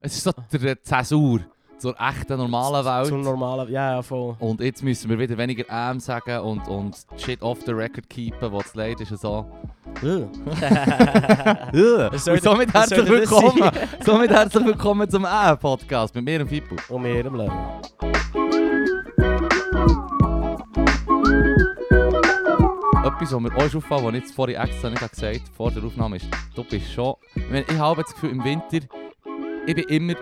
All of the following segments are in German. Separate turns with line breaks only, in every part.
Es ist so die Zäsur zur echten, normalen Welt.
Zur normalen, ja, ja, voll.
Und jetzt müssen wir wieder weniger ähm sagen und, und shit off the record keepen, was leid ist und so.
Ugh.
und
Es soll-
somit herzlich
es soll das sein.
willkommen, somit herzlich willkommen zum Äh-Podcast mit mir und Fippo.
Und mir im Leben.
Etwas, was mir auch ist aufgefallen, was ich jetzt vorhin extra nicht gesagt habe, vor der Aufnahme, ist, du bist schon... Ich, meine, ich habe das Gefühl, im Winter, ich bin immer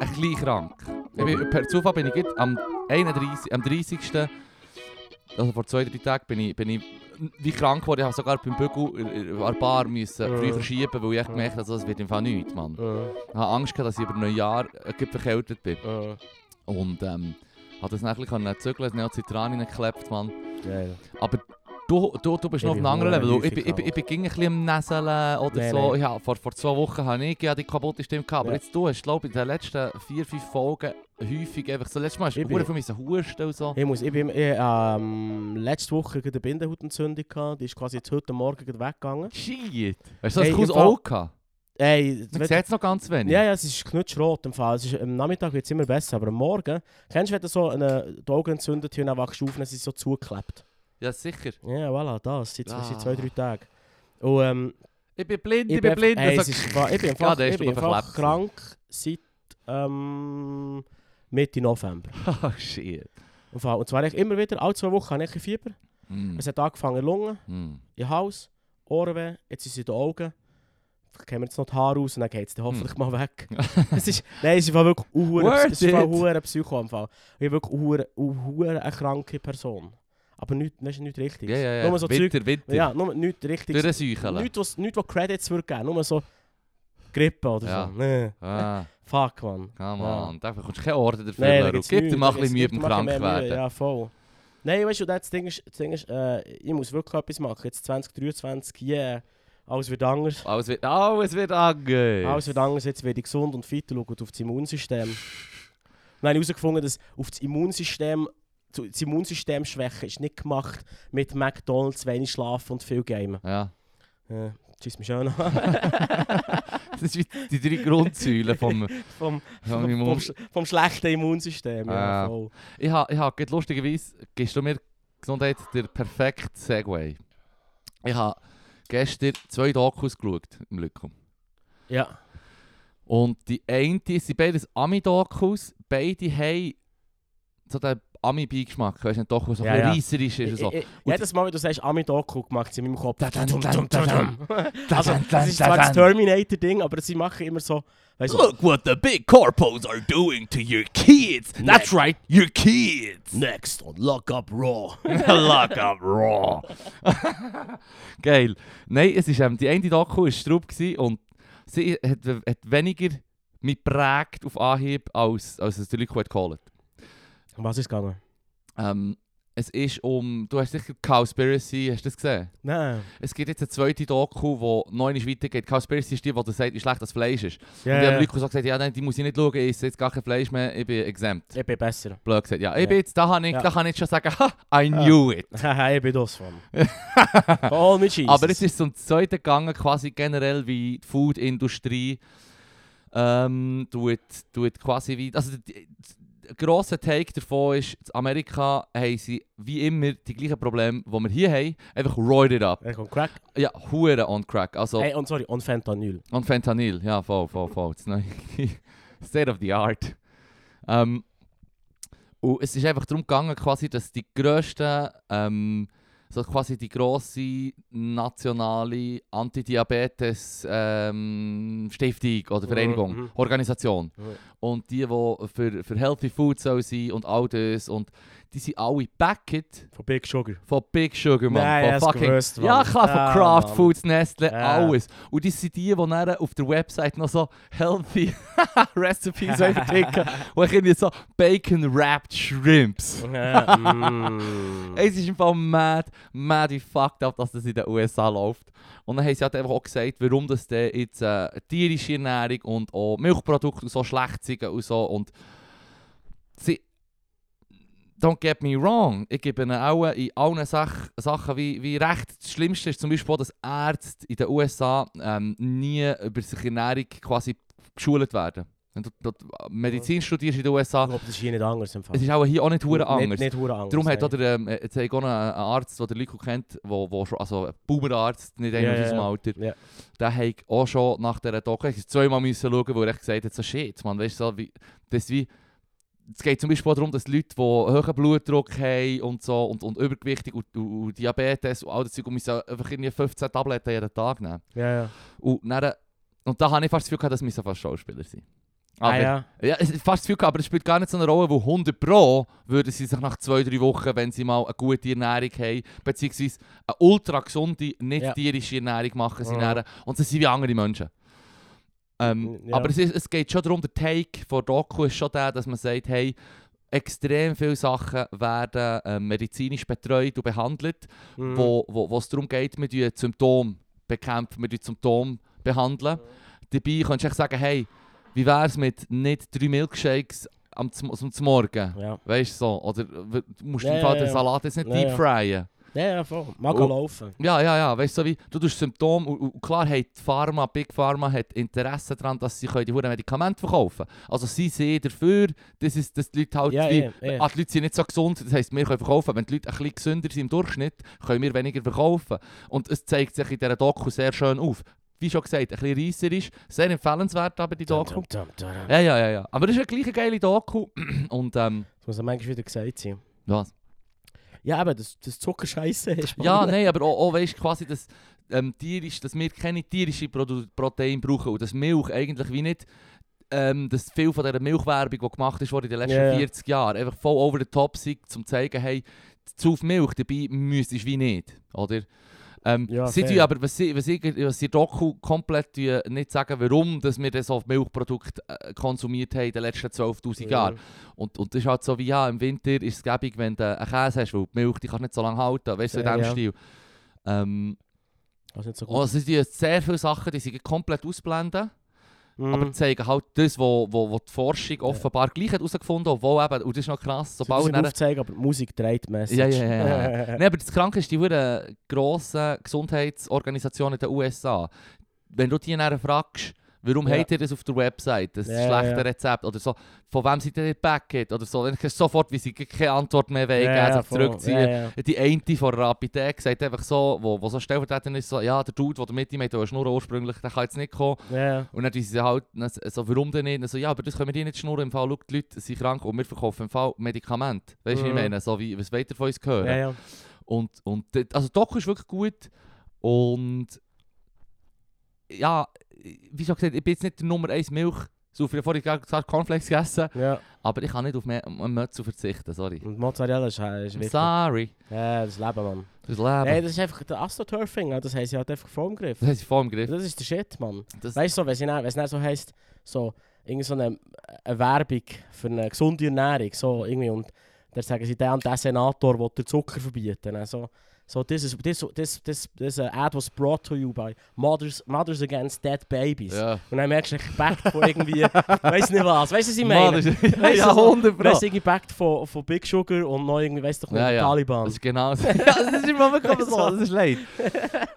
ein bisschen krank. Ich bin, per Zufall bin ich gerade am 31, am 30., also vor zwei, drei Tagen, bin ich, bin ich wie krank geworden. Ich habe sogar beim Bügel in- in- an der Bar müssen
Mhm.
früh verschieben, weil ich echt gemerkt habe, also, das wird im Fall nichts, Mann. Ich habe Angst gehabt, dass ich über Neujahr äh, gerade verkältet bin. Und ähm, habe das dann ein bisschen zügeln, habe Zitrone reingeklebt, Mann.
Geil.
Aber du, du, du bist
Ich
noch auf einem
bin
anderen Level.
verdammt
Ich, bin-
häufig
ich, bin- ich
krank.
bin ging ein bisschen am Näseln oder
Nein,
so.
nein.
Ich hab, vor, vor zwei Wochen habe ich ja die kaputte Stimme gehabt. Aber
Ja.
jetzt du hast, glaube ich, in den letzten vier, fünf Folgen häufig einfach so. Letztes Mal hast du
Ich bin-
verdammt viel müssen husten und so.
Ich muss, ich bin, ich, ähm, letzte Woche gerade eine Bindenhautentzündung gehabt, die ist quasi jetzt heute Morgen gerade weggegangen.
Shit! Weißt du, das
Hey,
hey, cooles
im Fall-
Auge gehabt?
Ey,
Man sieht es noch ganz wenig.
ja, ja, es ist knutschrot im Fall. Es ist, am Nachmittag wird es immer besser, aber am Morgen, kennst du, wenn du so eine, die Augen entzündet hast und dann wachst du auf und es ist so zugeklebt.
Ja, sicher.
Ja, voilà, das, seit,
Ah.
seit zwei, drei Tagen. Und, ähm,
Ich bin blind, ich,
Ich
bin
bin,
blind.
einfach- Ey, es
also,
ist, wa- ich bin
Ja,
einfach,
der ist
ich bin
doch
einfach
verklebt.
krank seit ähm, Mitte November.
oh, shit.
Im Fall. Und zwar ich immer wieder, alle zwei Wochen habe ich ein Fieber.
Mm,
Es hat angefangen in den Lungen,
mm.
im Hals, Ohrenweh, jetzt ist es in den Augen. Vielleicht kämen jetzt noch die Haare raus und dann geht es dann hoffentlich mal weg. es ist, nein, es ist im Fall wirklich
Worth
uhuere- es ist im Fall
it.
uhuere Psycho. Im Fall. Ich bin wirklich uhuere- uhuere eine kranke Person. Aber nicht, nicht, nicht richtig.
Ja, ja, ja.
Nur so Zeug,
Winter, Winter.
ja, nur nicht richtig.
Durchseucheln.
Nichts, was, nichts, was Credits würde geben, nur so Grippe oder
Ja.
so. dus Nee.
Ah,
Fuck, man.
come
Ja.
on. Da kommst du keine Orden dafür.
Nee, da
Leru.
gibt's
Gib
nichts,
dir mal
da
ein bisschen Mühe
gibt's-
beim
mach ich mir
krank werden.
Ja, voll. Nein, weißt du, das Ding ist, das Ding ist äh, ich muss wirklich etwas machen. Jetzt 2023, yeah, alles wird anders.
Alles wird, alles wird anders.
Alles wird anders, jetzt werde ich gesund und fit und schaue auf das Immunsystem. Dann habe ich herausgefunden, dass auf das Immunsystem, zu- das Immunsystem schwächen ist nicht gemacht mit McDonalds, wenig schlafen und viel gamen.
Ja.
Ja, tschüss, mich schön
Das ist wie die drei Grundsäulen vom, vom
vom, vom,
Immun.
sch- vom schlechten Immunsystem. Ja,
Ah.
voll.
Ich habe ich ha, gerade lustigerweise, gibst du mir Gesundheit der perfekte Segway. Ich habe gestern zwei Dokus geschaut im Lückum.
ja.
Und die eine, es sind beides Ami-Dokus, beide haben so den Ami-Beigeschmack, weißt du, nicht, Doku so
Ja,
ein
ja. Äh,
bisschen reißerisch ist und so.
Ich- ich- Jedes Mal, wenn du sagst Ami-Doku, macht sie in meinem Kopf.
Da, da, da, da, da,
Also, das ist zwar das Terminator-Ding, aber sie machen immer so. Weißt du,
Look what the big corpos are doing to your kids.
Ne.
That's right, your kids.
next on Lock Up Raw.
Lock up raw. Geil. Nein, es ist, ähm, die eine Doku war Straub gewesen und sie hat, hat weniger mich geprägt auf Anhieb, als, als es die Leute geholt
Um was ist gegangen?
ähm, Es ist um, du hast sicher Cowspiracy, hast du das gesehen?
Nein.
Es gibt jetzt eine zweite Doku, die neun weitergeht. Cowspiracy ist die, die sagt, wie schlecht das Fleisch ist. Und die haben Leute so gesagt, ja nein, die muss ich nicht schauen, ich esse jetzt gar kein Fleisch mehr, ich bin exempt.
Ich bin besser.
Blöd gesagt, ja. Ich
Ja.
bin jetzt, da kann ich,
Ja.
da kann ich schon sagen, ha, I knew it.
Haha, ich bin das von. Call me Jesus.
Ah. Aber es ist zum zweiten gegangen, quasi generell wie die Food-Industrie ähm, tut, tut quasi wie. Also, ein grosser Take davon ist, in Amerika haben sie wie immer die gleichen Probleme, die wir hier haben, einfach roid it up.
Er kommt crack.
Ja, Huren on Crack. Also,
Hey, und sorry, und Fentanyl.
und Fentanyl, ja, voll, voll, voll. Das neue State of the Art. Ähm, und es ist einfach darum gegangen, quasi, dass die grössten, ähm, so quasi die grosse nationale Anti-Diabetes-Stiftung oder Vereinigung,
Mhm.
Organisation.
Mhm.
Und die, die für, für Healthy Food soll sein und all das. Und die sind alle backed
Von Big Sugar.
von Big Sugar, man.
Nein, ich hab's
von fucking.
gewusst, Mann.
ja, klar, von
Ja,
Kraft
Mann.
Foods, er Nestle,
Ja.
alles. Und das sind die, die dann auf der Website noch so healthy Recipes verticken. Und ich irgendwie so Bacon-Wrapped Shrimps.
Ja, mm.
Ey, Es ist einfach mad, mad wie fucked up, dass das in den USA läuft. Und dann haben sie halt einfach auch gesagt, warum das denn jetzt äh, tierische Ernährung und auch Milchprodukte und so schlecht sind und so. Und sie... Don't get me wrong, ich gebe ihnen auch in allen Sach Sachen wie, wie recht. Das Schlimmste ist zum Beispiel auch, dass ehm, Ärzte in den USA ähm, nie über sich Ernährung quasi geschult werden. Wenn du dort Medizin studierst in den USA,
Ich glaube, das ist hier nicht anders im Fall.
es ist auch hier auch nicht hure anders.
Nicht, nicht hure anders.
Darum hat
nein.
auch der, ähm, jetzt habe ich auch noch einen Arzt, den der Leute kennt, wo, wo schon, also ein Baumerarzt, nicht einer
Ja,
aus
ja,
unserem
ja.
Alter,
Ja.
der hat auch schon nach dieser Doku, ich musste zweimal müssen schauen, wo er echt gesagt hat, so shit, man, weißt du, so, wie, das wie, es geht zum Beispiel auch darum, dass Leute, die hohen Blutdruck haben und so, und, und übergewichtig und, und, und Diabetes und all das Zeug, und müssen einfach irgendwie 15 Tabletten jeden Tag nehmen.
Ja, ja.
Und, dann, und da habe ich fast das Gefühl gehabt, das müssen fast Schauspieler sein. Aber,
ah, ja.
ja, es ist fast viel, gehabt, aber es spielt gar nicht so eine Rolle, weil 100 Pro würden sie sich nach zwei, drei Wochen, wenn sie mal eine gute Ernährung haben, beziehungsweise eine ultra gesunde, nicht
Ja.
tierische Ernährung machen, sie
Mhm.
dann, und sie sind wie andere Menschen. Ähm,
Ja.
Aber es, ist, es geht schon darum, der Take von Doku ist schon der, dass man sagt, hey, extrem viele Sachen werden ähm, medizinisch betreut und behandelt
Mhm.
wo, wo, wo es darum geht, wir die Symptome bekämpfen, wir die Symptome behandeln.
Mhm.
Dabei könntest du echt sagen, hey, wie wäre es mit nicht drei Milkshakes am, Z- zum, zum Morgen?
Ja.
Weißt du so? Oder w- du musst
Ja,
im Fall
ja,
den
ja.
Salat jetzt nicht
Ja, ja.
deepfryen.
ja, ja, voll. Mag
Oh.
laufen.
Ja, ja, ja. Weißt du, so wie, du tust Symptome und, und klar hat die Pharma, Big Pharma hat Interesse daran, dass sie können die verdammten Medikamente verkaufen können. Also sie sehen dafür, dass, es, dass die Leute halt
Ja,
wie,
eh, eh.
Ah, die Leute sind nicht so gesund, das heisst, wir können verkaufen. Wenn die Leute ein bisschen gesünder sind im Durchschnitt, können wir weniger verkaufen. Und es zeigt sich in dieser Doku sehr schön auf. Wie schon gesagt, ein bisschen reisserisch, sehr empfehlenswert aber die Doku.
Dum, dum, dum, dum.
Ja, ja, ja, ja. Aber das ist ja gleich eine geile Doku. Und ähm,
Das muss ja manchmal wieder gesagt sein.
was?
Ja, aber das, das Zuckerscheiße ist
Ja,
spannend.
nein, aber auch, auch weißt du quasi, dass, ähm, tierisch, dass wir keine tierischen Produ Proteine brauchen und dass Milch eigentlich wie nicht, ähm, dass viel von dieser Milchwerbung, die gemacht ist, wurde in den letzten
Ja, ja.
40 Jahren, einfach voll over the top sind, um zu zeigen, hey, zu viel Milch dabei müsstest du wie nicht, oder? Ähm,
Ja,
sie
fair.
tun aber, was sie, was sie, was sie Doku komplett tun, nicht sagen, warum dass wir das auf Milchprodukte äh, konsumiert haben in den letzten 12'000 Jahren. Und, und das ist halt so wie, ja, im Winter ist es gäbig, wenn du einen Käse hast, weil die Milch, die kannst du nicht so lange halten, weißt du, in
Ja,
diesem
ja.
Stil. Ähm,
Also nicht so gut.
also es sind sehr viele Sachen, die sie komplett ausblenden,
Mhm.
aber zeigen halt das, was wo, wo, wo die Forschung offenbar gleich hat herausgefunden, obwohl eben, und das ist noch krass,
so ein
sobald...
bisschen
dann-
aufzeigen, aber die Musik dreht die Message.
Ja, ja, ja, Nein, aber das Kranke ist, die huere grossen Gesundheitsorganisationen in den USA, wenn du die dann fragst, warum
Ja.
habt ihr das auf der Website, das
Ja,
schlechte
ja.
Rezept oder so, von wem seid ihr nicht backet oder so, dann kriegst du sofort, wie sie keine Antwort mehr wollen,
ja,
sich
voll.
zurückziehen.
Ja, ja.
Die eine von der Apotheke sagt einfach so, wo, wo so stellvertretend ist, so, ja, der Dude, der damit mit der Schnur ursprünglich, der kann jetzt nicht kommen.
Ja,
Und dann tun sie halt, dann so, warum denn nicht? Dann so, ja, aber das können wir dir nicht schnurren, im Fall, schau, die Leute sind krank und wir verkaufen im Fall Medikamente. Weißt du, wie ich
Mhm.
meine, so wie, was weiter von uns hören.
ja, ja.
Und, und dort- also Doku ist wirklich gut und ja, wie schon gesagt, ich bin jetzt nicht der Nummer 1 Milch, so viel vorhin gesagt, Cornflakes gegessen,
ja.
aber ich kann nicht auf mehr Mötzel verzichten, sorry.
Und Mozzarella ist, äh, ist
I'm
wichtig.
sorry,
Ja, das Leben, Mann.
das Leben.
Hey, das ist einfach der Astroturfing, ja, das heisst ja halt einfach vor dem Griff.
Das ist voll im Griff.
Das ist der Shit, Mann.
Das,
Weißt du, so, wenn es nicht, nicht so heisst, so, irgendwie ehm, so eine, eine Werbung für eine gesunde Ernährung, so irgendwie, und dann sagen sie, der und der Senator will den Zucker verbieten. Also, so, this is, this, this, this, this uh, ad was brought to you by Mothers, mothers Against Dead Babies.
ja.
Und dann merkst du, ich backt von irgendwie, eh, weiss nicht was, weißt du, was ich
Mann,
meine?
das ist, ja,
Weißt du,
ja,
so-
100 Pro.
Weißt du, irgendwie backt von, von Big Sugar und noch irgendwie, weiss doch nicht,
Ja, ja.
Taliban.
Das ist genau so. ja, das ist immer wirklich so. Das ist leid.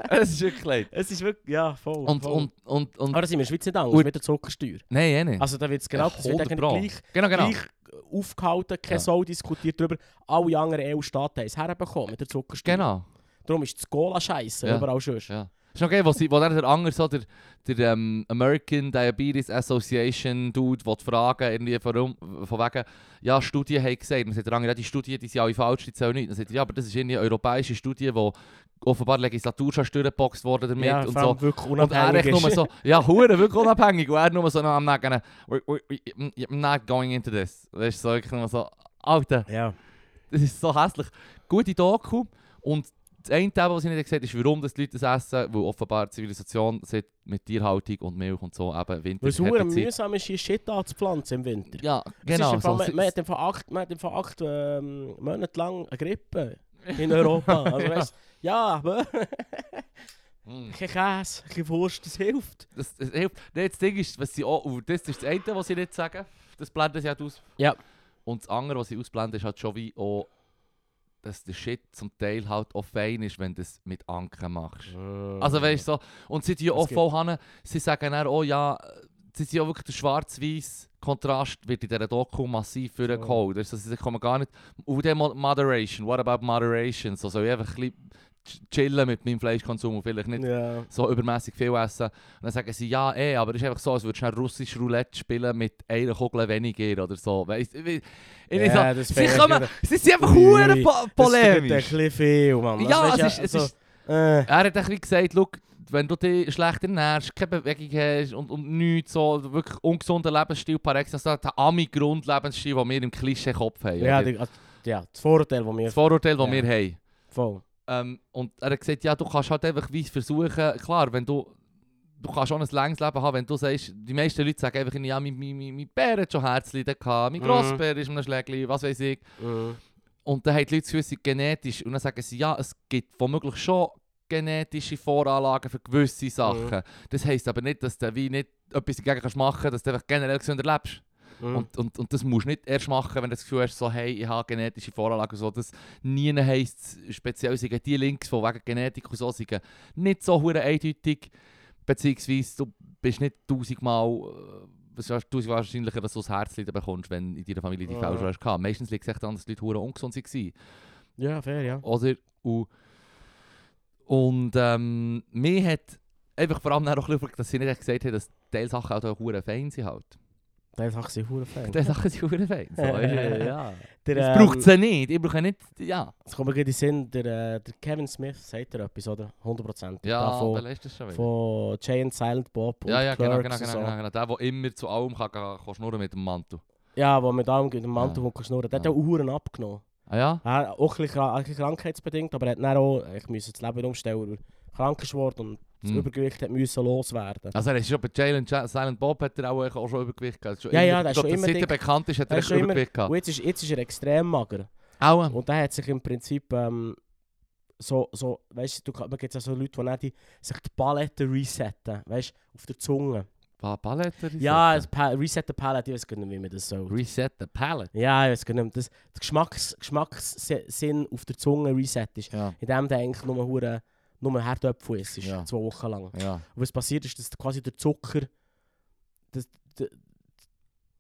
Das ist wirklich leid.
Es ist wirklich, ja, voll.
Und,
voll.
und, und, und,
Aber das sind wir in der Schweiz nicht anders
Und-
mit der Zuckersteuer.
nein, eh nicht.
Also da wird es genau, das wird
100
eigentlich
Pro.
gleich,
Genau, genau.
gleich äh, aufgehalten, keine
Ja.
Sau diskutiert darüber. Alle anderen EU-Staaten haben es herbekommen mit der Zuckersteuer.
Genau.
Darum ist das Cola scheiße
Ja.
überall sonst.
Ja. Ist noch geil, wo, sie, wo dann der andere so, der, der ähm, American Diabetes Association Dude, will fragen, irgendwie warum, von wegen, ja, Studien haben gesagt, dann sagt der andere, ja, die Studien, die sind alle falsch, die zählen nicht. Dann sagt er, ja, aber das ist irgendwie eine europäische Studie, die offenbar die Legislatur schon durchgeboxt wurde damit
Ja,
und
vor
so.
allem wirklich
Und er echt
unabhängig
nur
ist.
so, ja, hure wirklich unabhängig. Und er nur so, no, Nou, I'm not gonna, we- we- we- I'm not going into this. Weißt du, so, ich nur so, Alter,
Ja,
das ist so hässlich. Gute Doku. Und das eine Thema, was ich nicht gesagt habe, ist, warum das die Leute das essen, weil offenbar die Zivilisation seit mit Tierhaltung und Milch und so eben Winter
weil es verdammt
Herbizid-
mühsam ist, hier Shit anzupflanzen im Winter.
Ja,
Es
genau.
Ist im Fall,
so.
man, man hat im Fall acht, man hat im Fall acht ähm, Monate lang eine Grippe in Europa. Also
Ja.
weißt, ja, aber
Mm.
kein Käse, kein Wurst, das hilft.
Das, das hilft. Nein, das Ding ist, was sie auch, und das ist das eine, was sie nicht sagen. Das blenden sie halt aus.
Ja.
Und das andere, was sie ausblenden, ist halt schon wie auch, dass der Shit zum Teil halt auch fein ist, wenn du es mit Anken machst. Also weißt du so, und sie tun ja
Das
auch
geht.
voll hin, sie sagen dann, oh ja, sie sind ja wirklich der schwarz weiß Kontrast wird in dieser Doku massiv vorgeholt. Oh. Das kommen gar nicht... Und dann Mo- Moderation, what about Moderation? So soll ich einfach ein bisschen chillen mit meinem Fleischkonsum und vielleicht nicht
Ja.
so übermäßig viel essen. Und dann sagen sie, ja, eh, aber es ist einfach so, als würdest du ein russisch Roulette spielen mit einer Kugel weniger oder so. Weißt, ich, ich, ich
Ja,
weiss auch,
das
sie,
finde ich
kommen,
wieder-
sie sind einfach
Ui,
hure po
Das
polemisch.
ist ein bisschen viel, Mann.
Ja,
Das
es
weisst
ist,
du,
es
also,
ist,
äh,
er hat ein bisschen gesagt, «Schau, wenn du dich schlecht ernährst, keine Bewegung hast und, und nichts, so wirklich ungesunder Lebensstil par excellence, der Ami-Grundlebensstil, den wir im Klischee-Kopf haben.
ja,
oder?
die, also, ja, das Vorurteil, das wir
das Vorurteil, das
Ja.
wir haben.
voll.
Ähm, und er hat gesagt, ja, du kannst halt einfach wie versuchen, klar, wenn du, du kannst schon ein langes Leben haben, wenn du sagst, die meisten Leute sagen einfach, ja, mein, mein, mein, mein Bär hat schon Herzleiden gehabt, mein
Mhm.
Grossbär ist mit einem Schlägli, was weiß ich.
Mhm.
Und dann haben die Leute das Gefühl, sie sind genetisch und dann sagen sie, ja, es gibt womöglich schon genetische Voranlagen für gewisse Sachen.
Mhm.
Das heisst aber nicht, dass du wie nicht etwas dagegen kannst machen kannst, dass du einfach generell gesünder lebst.
Mhm.
Und, und, und das musst du nicht erst machen, wenn du das Gefühl hast, so, hey, ich habe genetische Voranlagen. und So. Das nie heisst, speziell sind die Links von wegen Genetik und so, sind nicht so hure eindeutig. Beziehungsweise du bist nicht tausendmal, äh, es ist tausendmal wahrscheinlicher, dass du das Herzleiden bekommst, wenn in deiner Familie die
Ja.
Fälle hast. Meistens liegt es echt daran, dass die Leute hure ungesund waren.
Ja, fair, ja.
Oder? Und, und ähm, mir hat einfach vor allem dann auch ein bisschen aufgeregt, dass sie nicht echt gesagt haben, dass Teilsachen auch hure fein sind halt.
Das ist sie hure fein.
Teilsachen sind hure fein. So, weisst du, ja.
Der,
Es
ähm,
braucht sie nicht. Ich brauche nicht. Ja.
Es kommt mir gerade in den Sinn, der, äh, der Kevin Smith sagt er etwas, oder? 100%. Da
Ja,
von,
da ist das schon wieder.
von Jay and Silent Bob und
Ja, ja, genau, genau,
Clerks
genau,
und so.
genau, genau. Der, der immer zu allem kann, kann, kann schnurren mit dem Mantel.
Ja, wo mit allem mit dem Mantel
Ja.
ja. schnurren. Der hat
Ja.
auch Uhren abgenommen.
Ah ja?
Er, auch ein bisschen, kra- ein bisschen krankheitsbedingt, aber er hat dann auch, ich muss das Leben umstellen, weil er krank ist geworden und das
Hm.
Übergewicht hat müssen loswerden.
Also er ist schon bei Jalen Ja- Silent Bob hat er auch, auch schon Übergewicht gehabt. Schon
Ja, ja,
immer-
der ist
ich glaub,
schon
seit
immer
er bekannt ist, hat
Der
er
ist
echt
schon immer-
Übergewicht gehabt.
Und jetzt ist, jetzt ist er extrem mager.
Auch.
Und er hat sich im Prinzip ähm, so, so weißt du, da gibt es ja so Leute, die dann die, sich die Palette resetten, weißt du, auf der Zunge.
Pa Palette resetten.
Ja, das pa Reset der Palette, ich weiß gar nicht, wie man das so.
eh, Reset the Palette.
Ja, ich weiß gar nicht, das der Geschmacks Geschmackssinn auf der Zunge reset ist.
Ja.
In dem der eigentlich nur hure nur Herdöpfel ist, ist
Ja.
zwei Wochen lang.
Ja.
Und was passiert ist, dass quasi der Zucker, das, das,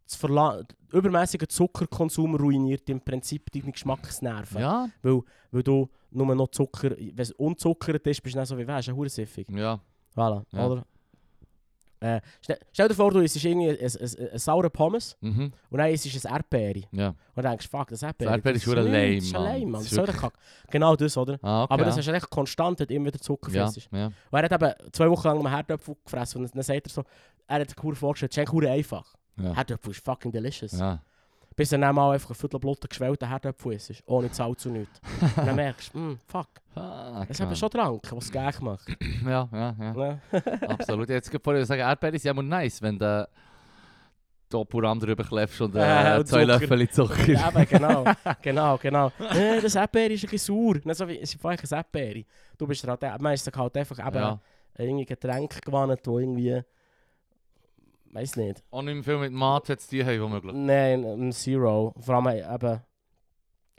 das Verla übermäßige Zuckerkonsum ruiniert im Prinzip deine Geschmacksnerven.
Ja.
Weil du nur noch Zucker, wenn es unzuckert ist, bist du dann so wie, weißt du, siffig.
Ja.
Voilà,
Ja.
oder? Äh, stell, stell dir vor, du isst irgendwie ein, ein, ein, ein saure Pommes
Mhm.
und dann isst du ein Erdbeere.
Ja.
Und dann denkst du, fuck, das Erdbeere.
Das Erdbeere ist verdammt
nicht-
lame,
Das ist
Mann.
lame, Mann.
Das
Das
ist
ist so eine Kacke. Genau das, oder?
Ah, okay.
Aber das ist recht konstant, dass du immer wieder Zucker
ja.
frisst.
ja.
Und er hat eben zwei Wochen lang einen Herdöpfel gefressen und dann sagt er so, er hat sich cool vorgestellt, es ist eigentlich verdammt einfach.
Ja.
Herdöpfel ist fucking delicious.
Ja.
Bis er dann mal einfach ein Viertelblutter geschwellter Herdöpfel ist, ohne Salz zu nichts. und dann merkst du, mm, fuck,
Ah,
es habe
okay.
schon tranken, was es gleich macht.
Ja, ja, ja.
Ne?
Absolut. Jetzt gibt es sagen, Erdbeere ist ja immer nice, wenn du Topuram drüber klebst und
Äh,
äh,
und
zwei
Zucker.
Löffel Zucker.
ja, eben, genau, genau, genau. Äh, das Erdbeere ist ein bisschen sauer. Dann so wie, es ist einfach ein Erdbeere. Du bist halt, man ist halt einfach eben
Ja.
irgendwie Getränk gewandert, wo irgendwie, weiß nicht.
Auch nicht mehr viel mit Mathe zu tun haben, womöglich.
Nein, ein Zero. Vor allem äh, eben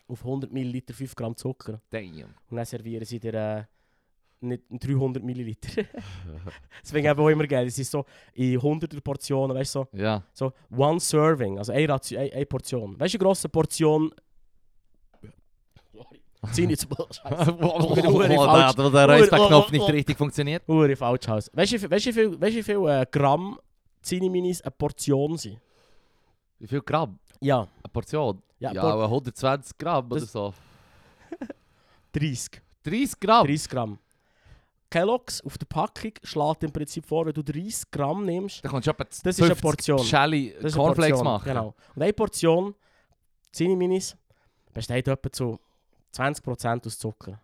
auf 100 Milliliter 5 Gramm Zucker.
Damn.
Und dann servieren sie dir äh, nicht 300 Milliliter. Dus Deswegen eben auch immer geil. Es ist so in 100er Portionen, weißt du,
Ja,
so, so one serving, also eine, Ratio, eine, eine Portion. Weißt du, eine grosse Portion. Sorry. Zieh nicht zu Scheiße. bin
Oh,
hure
da
falsch.
hat der
Hure-
Reisbackknopf
oh,
nicht
oh.
richtig funktioniert.
Hure falsch Haus. Weißt du, weißt du, wie viel, weißt du, wie viel äh, Gramm Ziniminis eine Portion sind?
Wie viel Gramm?
Ja.
Eine Portion?
Ja, Dus-
Ja,
Por-
aber 120 Gramm oder
Das-
so.
30.
30 Gramm?
30 Gramm. Kellogg's auf der Packung schlägt im Prinzip vor, wenn du 30 Gramm nimmst,
Da kannst du etwa
Das ist eine
50
Portion.
Schelle
das ist eine
Cornflakes
Portion.
machen.
Genau. Und eine Portion, Zini Minis, besteht etwa zu 20% aus Zucker.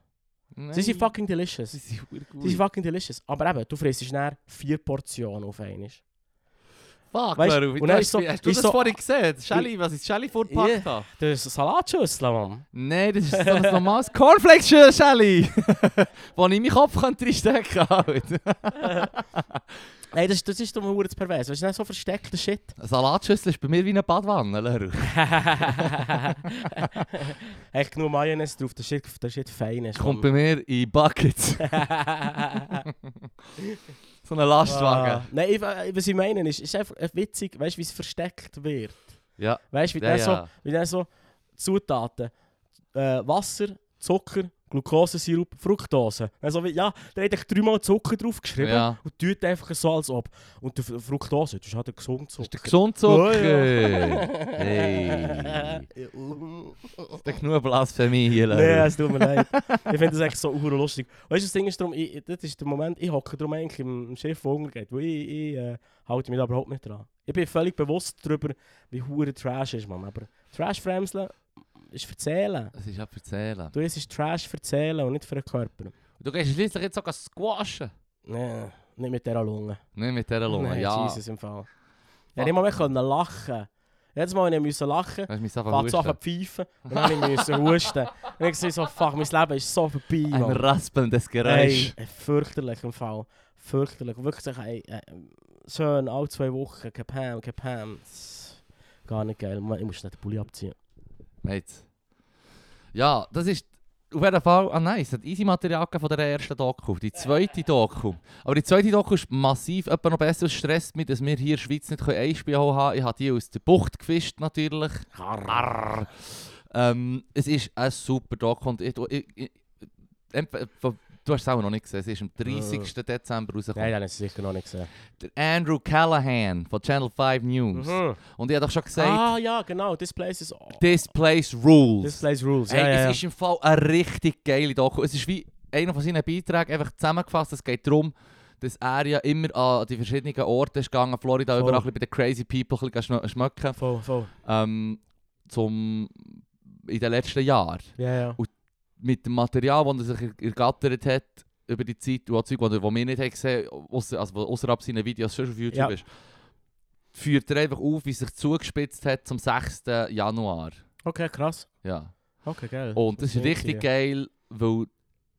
Nein.
Sie sind fucking delicious.
Sie sind hure
Sie sind
gut.
fucking delicious. Ah, Aber eben, du frisst dann vier Portionen auf einmal.
Fuck,
Weißt du,
Leru, wie
und
du
dann
hast,
ist so-
hast du
ist
das
so-
vorhin gesehen? Schelle, was ich die Schelle vorgepackt
Yeah.
habe?
Das ist ein Salatschüssel, Mann.
Nein, das ist so ein normales eh, Cornflakes-Schäli, wo ich meinen Kopf reinstecken könnte.
Nein, das, ist- das ist doch mal verdammt pervers. Das ist nicht so versteckter Shit.
Eine Salatschüssel ist bei mir wie eine Badwanne, Leru.
Echt nur Mayonnaise drauf, der Shit, der Shit fein ist.
Kommt
Mann.
bei mir in Buckets. So einen Lastwagen.
Ah. Nein, ich, äh, was ich meine ist, ist einfach äh, witzig, weißt du, wie es versteckt wird.
Ja.
Weißt du, wie
Ja,
der so,
ja.
wie der so Zutaten, äh, Wasser, Zucker, Glukosesirup, Fructose. Also wie, ja, der hat echt dreimal Zucker draufgeschrieben
Ja.
und tut einfach so als ob. Und der Fr- Fructose, das ist halt ein gesunder
Das ist der
Zucker.
Gesundzucker. eh. Hey.
Hey.
Das ist genug Blasphemie hier. Leute.
Nee, es tut mir leid. Ich finde das echt so hure lustig. Weißt du, das Ding ist darum, ich, das ist der Moment, ich hocke darum eigentlich im, im Schiff, wo Hunger geht, weil ich, ich äh, halte mich da überhaupt nicht dran. Ich bin völlig bewusst darüber, wie hure Trash ist, Mann. Aber Trash-Fremseln ist verzählen.
Das ist ja verzählen.
Du, es ist Trash verzählen und nicht für den Körper.
Du gehst schließlich jetzt sogar squashen.
Nee, nicht mit dieser Lunge.
Nicht mit dieser Lunge,
Nee,
ja.
Jesus, im Fall. Ja, nicht mal mehr können lachen. Jetzt mal, wenn ich musste lachen
Weißt du, mich
musste, fängt es an
einfach
zu pfeifen und dann musste ich husten. Und ich so, fuck, mein Leben ist so vorbei,
Ein
Mann.
raspelndes
Ey,
Geräusch.
ey, fürchterlich im Fall. Fürchterlich. Wirklich, ey, ey, schön, alle zwei Wochen, kapam, kapam. Das ist Gar nicht geil. Moment, Ich muss nicht den Pulli abziehen.
Mate. Ja, das ist auf jeden Fall ah nice. Es hat easy Material gegeben von der ersten Doku. Die zweite Doku. Aber die zweite Doku ist massiv etwa noch besser. Es stresst mich, dass wir hier in der Schweiz nicht ein Spiel haben können. Ich habe die aus der Bucht gefischt natürlich. Arr. Ähm, es ist ein super Doku. Und ich, ich, ich, emp- du hast es auch noch nicht gesehen. Es ist am
Äh.
30. Dezember rausgekommen.
Nein, den habe ich sicher noch nicht gesehen.
Der Andrew Callahan von Channel 5 News. Und ich habe doch schon gesagt,
Mhm. Ah ja, genau. This place is...
This Place Rules.
This place rules.
Hey,
ja, ja,
es
ja.
ist im Fall eine richtig geile Doku. Es ist wie einer von seinen Beiträgen einfach zusammengefasst. Es geht darum, dass er ja immer an die verschiedenen Orte ist gegangen, Florida,
Voll.
überall ein bisschen bei den crazy people ein bisschen schn- schmücken.
Voll, voll.
Ähm, zum, in den letzten Jahren.
Ja, ja.
Mit dem Material, das er sich ergattert hat über die Zeit und auch Zeug, die wir nicht haben gesehen haben, ausser, also außerhalb seiner Videos schon auf YouTube
Ja.
ist, führt er einfach auf, wie es sich zugespitzt hat zum 6. Januar.
Okay, krass.
Ja.
Okay, geil.
Und das ist
Das denke
richtig
ich.
geil, weil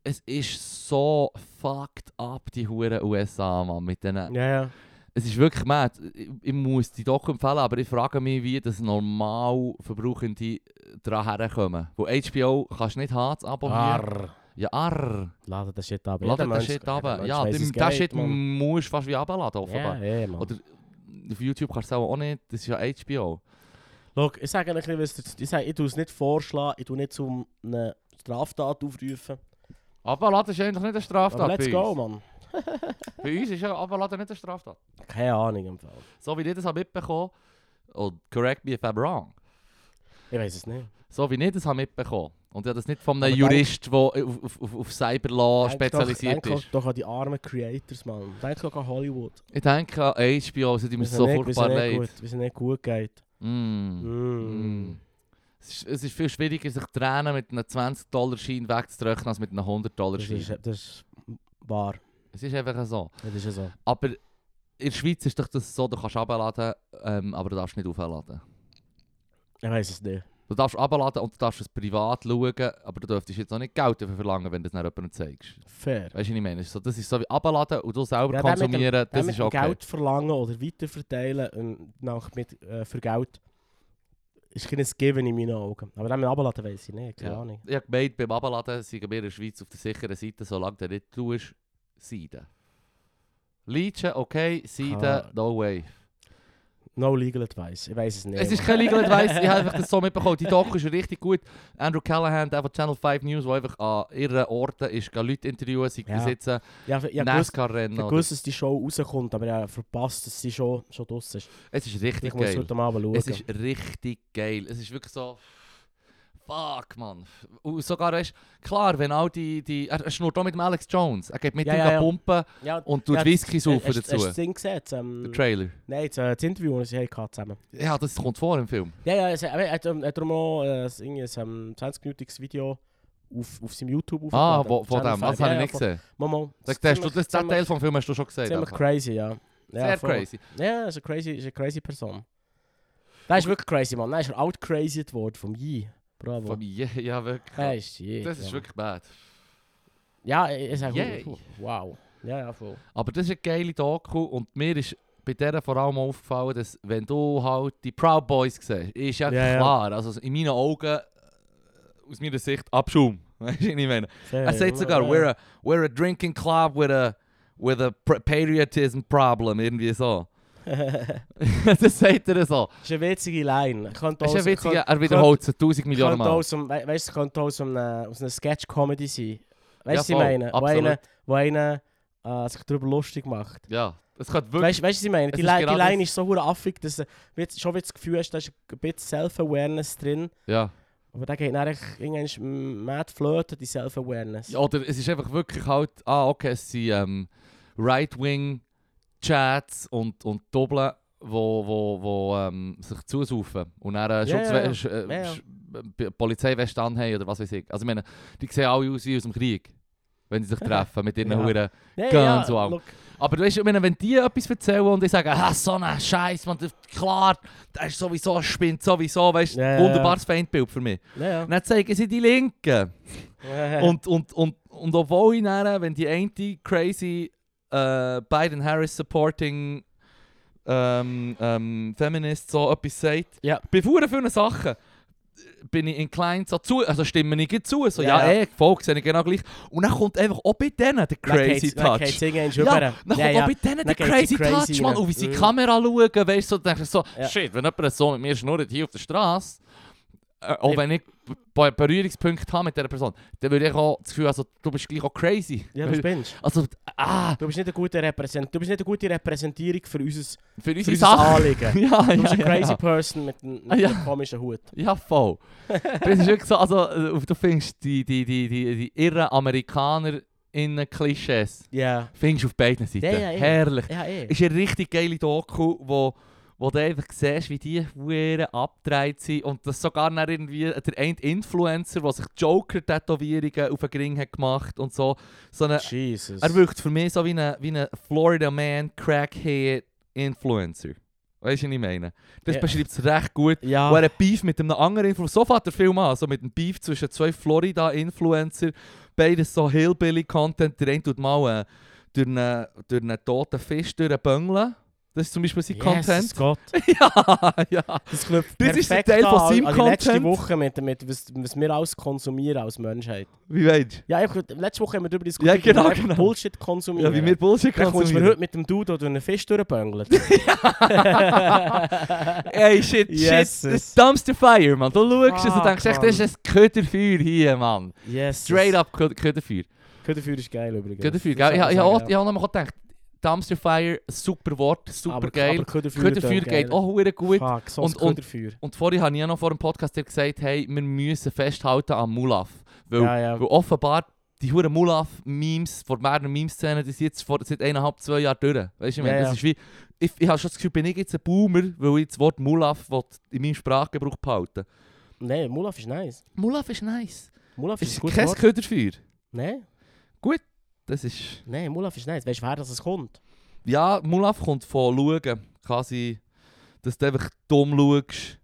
es ist so fucked up, die Huren USA, Mann, mit denen.
Ja, ja.
Es ist eh, wirklich mad. Ich, ich muss die doch empfehlen, aber ich frage mich, wie das normal Verbrauchende dran herkommen. Weil HBO kannst du nicht haben, das Abo hier.
Arr.
Ja, arr.
Lade den Shit ab.
Lade den Shit runter. Ja, den den Shit musst du fast wie runterladen, offenbar.
Ja, ja, Mann.
Oder auf YouTube kannst du es auch nicht, das ist ja HBO.
Schau, ich sage eigentlich, was ich, ich, sage, ich tue es nicht vorschlagen, ich tue nicht zum eine Straftat aufrufen.
Abladen ist eigentlich nicht eine Straftat
Aber let's
bei
go,
uns.
Mann.
Bei uns ist ja Abladen nicht eine Straftat.
Keine Ahnung im Fall.
So wie ich das habe mitbekommen und correct me if I'm wrong,
Ich weiß es nicht.
so wie ich das habe mitbekommen und ja das nicht von einem
Aber
Jurist, der auf, auf- auf, auf Cyberlaw
Denk
spezialisiert
doch, denk
ist.
Doch, doch an die armen Creators, Mann. Denk doch an Hollywood.
Ich denke an HBO, also die mir
sind
so
nicht-
furchtbar
sind nicht
leid.
gut- Wir sind nicht gut geht.
Mm.
Mm.
Mm. Es, ist, es ist viel schwieriger, sich Tränen mit einem 20-Dollar-Schein wegzudrücken, als mit einem
Das, ist,
100-Dollar-Schein.
das ist wahr.
Es ist einfach so.
Das ist ja so.
Aber in der Schweiz ist doch das so, du kannst abladen, ähm, aber du darfst nicht aufladen.
Ich weiß es nicht.
Du darfst abladen und du darfst es privat schauen, aber du dürftest jetzt auch nicht Geld dafür verlangen, wenn du es dann jemandem zeigst.
Fair.
Weißt du, was ich meine? Es ist So, das ist so wie abladen und du selber
Ja, der mit dem-
konsumieren, das
mit
ist
dem
okay.
Geld verlangen oder weiterverteilen und nach mit, äh, für Geld ist kein Given in meinen Augen. Aber dann mit Abladen weiß ich nicht. Keine
Ja.
Ahnung.
Ich habe gemeint, beim Abladen sind wir in der Schweiz auf der sicheren Seite, solange du nicht tust, Seiden. Leitschen, okay, Seiden,
Ah.
no way.
No legal advice. Ich weiß es nicht.
Es ist kein Legal Advice, ich habe einfach das so mitbekommen. Die Doku ist richtig gut. Andrew Callahan, der von Channel 5 News, der einfach an ihren Orten ist, geht Leute interviewen, sie
Ja.
besitzen
ja, ich habe gewusst, ich
NASCAR-Rennen.
hab
oder-
gewusst, dass die Show rauskommt, aber ich habe verpasst, dass sie schon, schon draussen ist.
Es ist
Ich
richtig
muss
geil.
heute Abend schauen.
Es ist richtig geil. Es ist wirklich so. Fuck, Mann. Und sogar, weißt du, klar, wenn all die. die er er schnurrt auch mit dem Alex Jones. Er geht mit
Ja,
ihm
ja, ja.
pumpen
ja,
und tut
Ja,
Whisky saufen
hast- Hast du
dazu.
das Ding gesehen? Das, ähm,
Der Trailer.
nein, das, äh, das Interview, das sie hatten zusammen
Ja, das kommt vor im Film.
Ja, ja, es, er, er, hat, ähm, er hat darum auch äh, ein irgendwie ein ähm, 20-minütiges Video auf, auf seinem YouTube
Ah,
aufgeladen.
wo, von
Channel
dem. Das
Five.
habe
Ja,
ich
ja,
nicht
von-
gesehen.
Momo.
Das,
ist
das,
ziemlich-
das, das
ziemlich-
Teil vom Film hast du schon gesehen.
Ziemlich
aber.
crazy, ja. ja
Sehr
voll.
crazy.
Ja, das ist eine crazy, ist eine crazy Person. Das ist wirklich crazy, Mann. Nein, ist er out crazy geworden vom Yi. Bravo.
Von mir, ja, wirklich.
Ja, ist shit,
Das ist
Mann.
wirklich bad.
Ja, ich ich sag
Yay.
gut. Wow. Ja, ja, voll.
Aber das ist eine geile Doku und mir ist bei der vor allem aufgefallen, dass wenn du halt die Proud Boys siehst, ist ja,
Ja, ja.
klar, also in meinen Augen, äh, aus meiner Sicht, Abschaum. Weißt du, was ich meine? Er sagt sogar, we're a, we're a drinking club with a, with a pr- patriotism problem, irgendwie so. das sagt er so.
Das ist eine witzige Line. Könnte
Das ist
aus-
ein witziger,
könnte-
er wiederholt es 1000 Millionen
könnte
Mal.
aus einem, we weißt, könnte aus einem, äh, aus einer Sketch-Comedy sein. Weißt
Ja,
du, was
voll,
ich meine? Wo
absolut.
einer, wo einer äh, sich darüber lustig macht.
Ja, das könnte wirklich.
Weißt du, was ich meine?
Es
Die,
ist
Li- die
gerade
Line
das-
ist so hure affig, dass du wie- schon wieder das Gefühl hast, da ist ein bisschen Self-Awareness drin.
Ja.
Aber da geht dann irgendwann mad flirten, die Self-Awareness.
Ja, Oder es ist einfach wirklich halt, ah, okay, es sind ähm, Right-Wing-Chats und, und Doppeln, wo, wo, wo ähm, sich zusaufen und dann äh,
Ja, ja,
Schutzwe
ja.
Sch- äh,
Ja, ja.
Sch- äh, Polizeiweste anhaben oder was weiß ich. Also ich meine, die sehen alle aus wie aus dem Krieg, wenn sie sich treffen mit ihren
Ja.
Huren.
Nee,
ganz wow.
look,
Aber du weißt, ich meine, wenn die etwas erzählen und ich sage, ah, so ein Scheiß, man, das- klar, das ist sowieso, spinnt sowieso, weißt du,
Ja, ja,
wunderbares Feindbild für mich.
Ja,
Und dann zeigen sie die Linken.
ja.
Und, und, und, und obwohl ich dann, wenn die eine crazy äh, Biden-Harris-supporting ähm, ähm, Feminist so etwas sagt,
Ja.
bei vielen, vielen Sachen bin ich inclined so zu, also stimme ich gleich zu, so
Ja,
ja,
ja.
eh, voll, sehe ich genau gleich. Und dann kommt einfach auch bei denen der crazy
Dann
Touch.
geht's irgendwann
Ja,
rüber.
dann kommt
Ja,
auch
ja.
bei denen der
Dann geht
crazy
sie crazy
Touch, Mann.
rein.
Und wie sie die
Mhm.
Kamera schauen, weißt du, so, denkst du so,
Ja.
shit, wenn jemand so mit mir schnurrt hier auf der Straße, äh, auch
Ich-
wenn ich ein paar Berührungspunkte habe mit dieser Person, dann würde ich auch das Gefühl, also, du bist gleich auch crazy.
Ja, du
Weil-
spinnst.
also, ah,
Du bist nicht eine gute, Repräsent du bist nicht eine gute Repräsentierung für unser,
für
für
unsere
unser
Sache.
Anliegen.
ja,
Du bist
ja,
eine
ja,
crazy
ja.
person mit, einem- mit
Ah, ja.
einem komischen Hut.
Ja, voll. das ist wirklich so, also, äh, du findest die, die, die, die, die irren Amerikaner in eh, Klischees.
Ja.
Findest du auf beiden Seiten.
Ja, ja, ja.
Herrlich.
Ja, eh.
ist eine richtig geile Doku, wo, wo du einfach siehst, wie die Huren abgedreht sind und dass sogar dann irgendwie der eine Influencer, der sich Joker-Tätowierungen auf den Ring hat gemacht und so. so eine,
äh, Jesus.
Äh, er wirkt für mich so wie ein wie eine Florida Man Crackhead Influencer. Weißt du, was ich meine? Das
Ja.
beschreibt es recht gut.
ja.
Wo er einen Beef mit einem anderen Influencer. So fährt der Film an. So mit einem Beef zwischen zwei Florida-Influencer. Beides so Hillbilly-Content. Der eine tut mal äh, durch, einen, durch einen toten Fisch durch einen Böngel. Das ist zum Beispiel sein
Jesus
Content.
Gott.
ja, ja.
Das knüpft
Das ist ein
perfekt
Teil von
an
seinem
an die letzte
Content.
Woche mit, mit was, was wir alles konsumieren als Menschheit.
Wie weißt
Ja, ich, letzte Woche haben wir darüber diskutiert,
Ja, genau,
wie wir einfach
genau.
Bullshit
du?
konsumieren.
Ja, wie wir Bullshit
Dann kommst du mir heute
konsumieren.
mit dem Dude, der durch einen Fisch durchböngelt.
Ey, shit, shit.
Jesus.
Das dumpster fire, man. Du schaust es
Fuck,
und denkst, echt, das ist ein Köderfeuer hier, man.
yes.
Straight up Kö- Köderfeuer.
Köderfeuer ist geil übrigens.
Köderfeuer,
Das
gell? Ich,
kann
ich,
man
ich, ich
sagen,
habe auch nochmal gedacht, dumpster fire, super Wort, super
aber,
geil.
Aber Köderfeuer,
Köderfeuer
tönt geil.
geht auch sehr gut.
Fuck, so
Und-
und,
und-
Köderfeuer.
Und vorhin habe ich ja noch vor dem Podcast dir gesagt, hey, wir müssen festhalten am Mulaf. Weil,
Ja, ja.
weil offenbar die huren Mulaf-Memes, vor mehreren Meme-Szenen, die sind jetzt vor, seit eineinhalb, zwei Jahren durch. Weißt du, ich meine,
Ja,
das
ja.
ist wie... Ich, ich habe schon das Gefühl, bin ich jetzt ein Boomer, weil ich das Wort Mulaf will in meinem Sprachgebrauch behalten
Nein, Mulaf ist nice.
Mulaf ist nice.
Mulaf
Es
ist ein
ist
gutes
kein
Wort.
Köderfeuer.
Nein,
Das ist...
nein, Mulaf ist nice. Weißt du, wer das es kommt?
Ja, Mulaf kommt von schauen. Quasi, dass du einfach dumm schaust.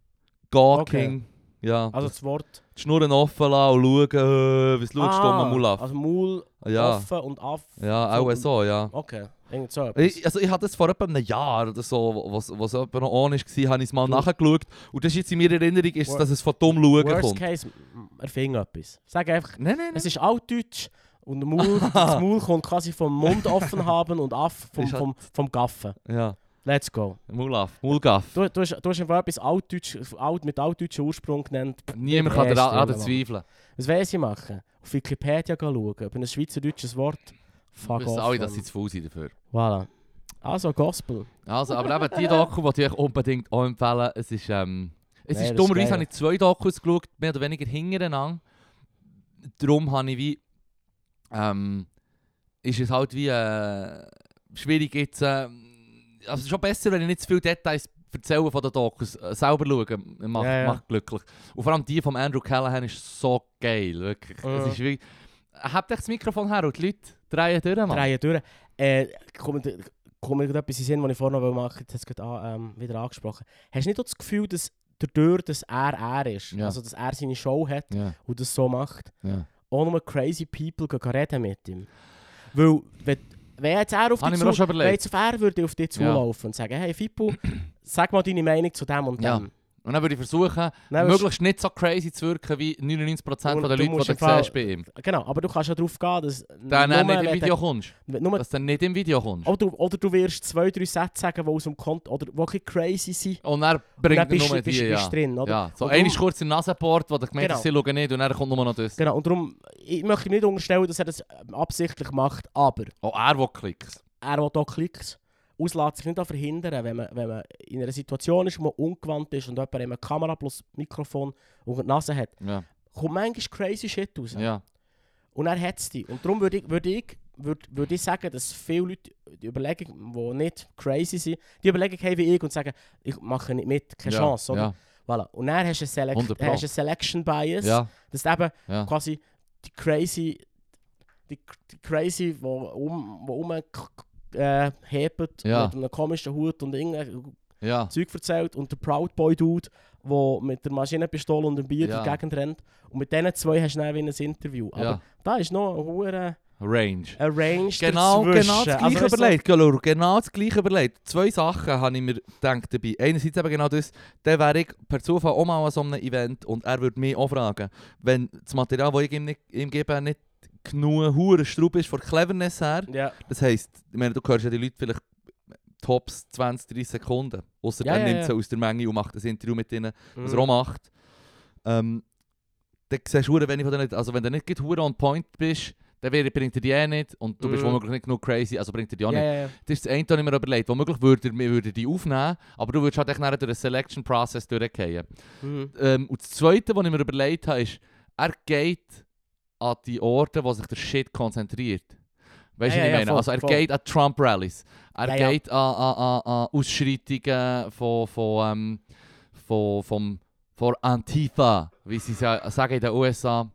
Gawking. Ja.
Also das Wort...
die Schnurren offen lassen und schauen, äh, was schaust du
Ah,
um Mulaf?
Also Mul,
Ah, ja,
offen und aff.
ja, auch so, ja.
Okay, irgend so etwas.
Ich, also ich hatte das vor etwa einem Jahr oder so, wo- was, was etwa noch on war, habe ich es mal
Du-
nachgeschaut. Und das ist jetzt in meiner Erinnerung, ist,
Wor-
dass es von dumm schauen
Worst
kommt.
Case, m- erfing etwas. Sag einfach,
Nein, nein, nein.
es ist altdeutsch und Maul, das Maul kommt quasi vom Mund offen haben und Aff vom,
Ist halt-
vom, vom Gaffen.
Ja,
Let's go.
Mulaf, Mulgaff.
Du, du, hast, du hast einfach etwas altdeutsch, alt, mit altdeutschem Ursprung genannt.
Niemand kann
Erst
daran
Mann.
daran zweifeln.
Was will sie machen? Auf Wikipedia gehen schauen, ob ein schweizerdeutsches Wort. Fuck
Wir wissen
off.
alle, dass sie
Mann.
zu faul sind dafür.
Voilà. Also, Gospel.
Also, aber eben die Doku wollte ich euch unbedingt auch empfehlen. Es ist, ähm, es
Nein, das
ist
ist
dummerweise
geil.
habe ich zwei Dokus geschaut, mehr oder weniger hintereinander. Darum habe ich wie, ähm, ist es halt wie äh, schwierig jetzt, äh, also schon besser, wenn ich nicht zu viele Details erzähle von den Dokus. Äh, selber schauen, macht,
Ja, ja.
macht glücklich. Und vor allem die von Andrew Callahan ist so geil, wirklich.
Ja.
Es ist wie, habt euch das Mikrofon her und die Leute drehen durch, Mann.
Drehen durch. Äh, kommt, kommt mir gerade etwas in den Sinn, was ich vorher noch machen wollte. Jetzt hat es gerade an- ähm, wieder angesprochen. Hast du nicht auch das Gefühl, dass dadurch, dass er er ist,
Ja.
also dass er seine Show hat
Ja,
und das so macht,
ja.
auch nur crazy people gehen reden mit ihm? Weil, wenn, wenn jetzt er auf
Habe
dich
ich mir auch
zu,
schon
wenn
überlegt.
jetzt auf er würde auf dich zulaufen und sagen, hey Fippo, sag mal deine Meinung zu dem und dem.
Ja. Und dann würde ich versuchen,
Nein, aber
möglichst nicht so crazy zu wirken wie 99%
Und
von der
du
Leute,
musst
die
im
du
Fall-
siehst bei ihm.
es- Genau, aber du kannst ja darauf gehen, dass...
Dann
nur
er nicht
wenn
im
der-
Video kommst.
Nur,
Dass du nicht im Video kommst.
oder, oder du wirst zwei, drei Sätze sagen, die aus dem Konto... Oder die wirklich crazy sind.
Und er
Und
bringt dann
dann bist,
nur
bist,
die,
bist
ja.
drin, oder?
ja. So
Und
einmal
darum-
kurz im Nasenport, wo du gemeint hast, sie
Genau.
schauen nicht und dann kommt nur noch das.
Genau, und darum... Ich möchte ihm nicht unterstellen, dass er das ähm, absichtlich macht, aber...
Auch Oh, er, der klickt.
er, der hier klickt, auslässt sich nicht daran verhindern, wenn man, wenn man in einer Situation ist, wo man ungewandt ist und jemand eine Kamera plus Mikrofon und die Nase hat,
Ja.
kommt manchmal crazy shit raus.
ja.
Und er hat es die. Und darum würde ich, würde ich, würde, würde ich sagen, dass viele Leute die Überlegung, die nicht crazy sind, die Überlegung haben wie ich und sagen, ich mache nicht mit, keine
ja.
Chance.
Ja.
Oder? Voilà. Und dann hast du einen, Selec
100 Pro.
hast einen Selection Bias, Dus
Ja.
dass du eben
ja.
quasi die crazy die, die crazy wo um wo um äh, hebt
Ja.
mit einem komischen Hut und irgendein
ja.
Zeug erzählt und der Proud Boy Dude wo mit der Maschinenpistole und dem Bier
Ja.
durch die Gegend rennt und mit diesen zwei hast du dann wieder ein Interview aber
Ja.
da ist noch ein hoher
Range.
ein Range
Genau,
dazwischen.
genau das
Also,
gleiche
weißt du,
überlegt, Galur, genau das gleiche überlegt. Zwei Sachen habe ich mir gedacht dabei. Einerseits eben genau das, dann wäre ich per Zufall auch mal an so einem Event und er würde mich auch fragen, wenn das Material, das ich ihm, nicht, ihm gebe, nicht genug hure Strub ist von Cleverness her.
ja
Das heisst, ich meine, du hörst ja die Leute vielleicht tops 20, 30 Sekunden. Außer
Ja,
er
ja,
nimmt
ja.
sie aus der Menge und macht ein Interview mit ihnen was
Mhm.
er auch macht. Ähm, dann siehst du, wenn, ich von denen nicht, also wenn du nicht gerade hure on point bist, dann wird- bringt er die eh nicht und du bist
Mhm.
womöglich nicht genug crazy, also bringt er die auch
ja,
nicht.
ja, ja.
Das ist das eine, das ich mir überlegt. Womöglich würde er, wir würden die aufnehmen, aber du würdest halt echt nachher durch den Selection Process durchgehen.
Mhm.
Ähm, und das Zweite, was ich mir überlegt habe, ist, er geht an die Orte, wo sich der Shit konzentriert. Weißt du, was ich
Ah, Ja, ja, ja,
meine?
voll,
also er
voll.
geht an Trump-Rallies, er
Ja, ja.
geht An, an, an, an Ausschreitungen von, von, ähm, von, vom, von Antifa, wie sie sa- sagen in den USA,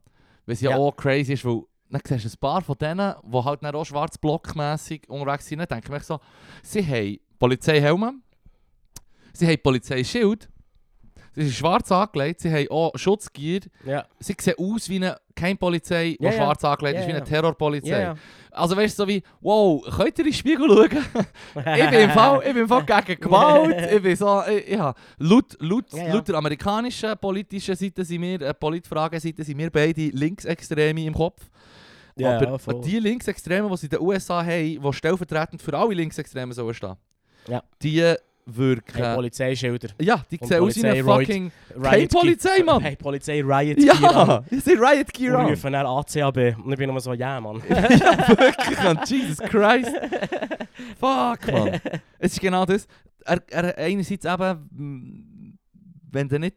weil sie ja,
Ja.
auch crazy Nou, ist, weil dann siehst du ein paar von denen, die halt dann auch schwarzblockmässig unterwegs sind, dann denke ich mir so, sie haben Polizeihelme, sie haben Polizeischild, sie sind schwarz angelegt, sie haben auch Schutzgier,
ja
sie sehen aus wie eine keine Polizei, die
Ja, ja.
schwarz angelegt ist,
Ja,
wie eine
ja.
Terrorpolizei.
ja
Also weißt du, so wie, wow, könnt ihr in den Spiegel schauen? ich, bin im Fall, ich bin im Fall gegen Gewalt. Ich bin so, ich, ich hab- laut, laut,
Ja, ja.
laut der amerikanischen politischen Seite sind wir, äh, Politfragenseite sind wir beide Linksextreme im Kopf.
ja
Aber
voll.
die Linksextremen, die sie in den USA haben, die stellvertretend für alle Linksextremen sollen stehen,
Ja.
die
Hey,
wirken...
Polizeischilder.
Ja, die
Und
sehen aus wie eine
Polizei-Riot-
fucking... Keine
Riot Gear.
Polizei, Mann!
Hey, Polizei, Riot Gear an.
Ja, sie sind Riot Gear
Und
an.
rufen dann ACAB. Und ich bin immer so, ja, Mann.
wirklich an. Jesus Christ. Fuck, man. Es ist genau das. Er, er, einerseits eben, mm, wenn du nicht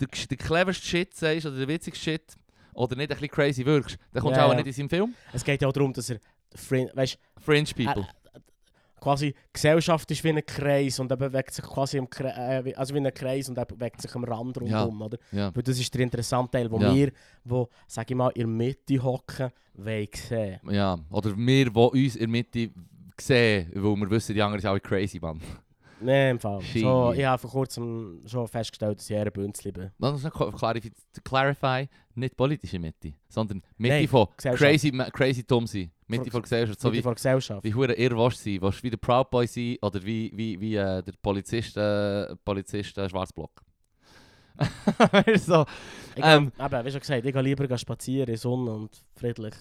den, den cleversten Shit sagst oder den witzigsten Shit oder nicht ein bisschen crazy wirkst, dann kommst du
Ja,
auch
ja.
nicht in seinem Film.
es geht ja auch darum, dass er, Frin- weißt,
Fringe
Ah,
People.
quasi Gesellschaft ist wie ein Kreis und er bewegt sich quasi im Kreis, äh, wie- also wie ein Kreis und er bewegt sich am Rand rundum, oder?
ja.
Weil das ist der interessante Teil, wo
Ja.
wir, wo, sag ich mal, in der Mitte hocken, wollen sehen.
ja. Oder wir, die uns in der Mitte sehen, weil wir wissen, die anderen sind alle crazy, man.
Nee, im Fall.
Shit.
So, ich habe vor kurzem schon festgestellt, dass ich eher ein Bünzli bin.
Lass uns noch clarif- clarify, nicht politische Mitte, sondern Mitte
Nein,
von
Gesellschaft.
crazy, crazy dumm sein. Mitte
Von-
von Gesellschaft, so
So
wie
wie vor Gesellschaft.
wie hure irrwasch sein, was wie der Proud Boy sein oder wie wie wie äh, der Polizist äh, Polizist äh, Schwarzblock. Weisst du, so,
Ich glaub,
ähm.
eben, wie schon gesagt, ich gehe lieber gehen spazieren in Sonne und friedlich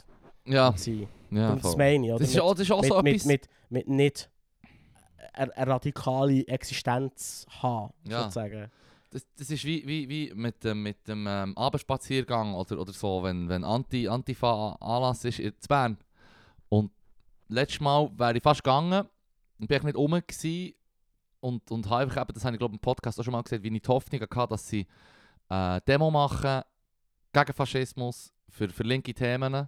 ja,
sein.
Ah. ja,
und das
voll.
meine ich, Um oder?
Das ist auch, das ist auch so
mit,
Also etwas.
mit, mit, mit nicht äh, eine, eine radikale Existenz haben,
Ja.
sozusagen.
Das, das ist wie, wie, wie mit dem, mit dem ähm, Abendspaziergang oder, oder so, wenn, wenn Anti, Antifa Anlass ist in Bern. Und letztes Mal wäre ich fast gegangen und bin ich nicht rum gewesen. Und, und habe einfach, eben, das habe ich glaube im Podcast auch schon mal gesagt, wie ich die Hoffnung hatte, dass sie äh, Demo machen gegen Faschismus, für, für linke Themen,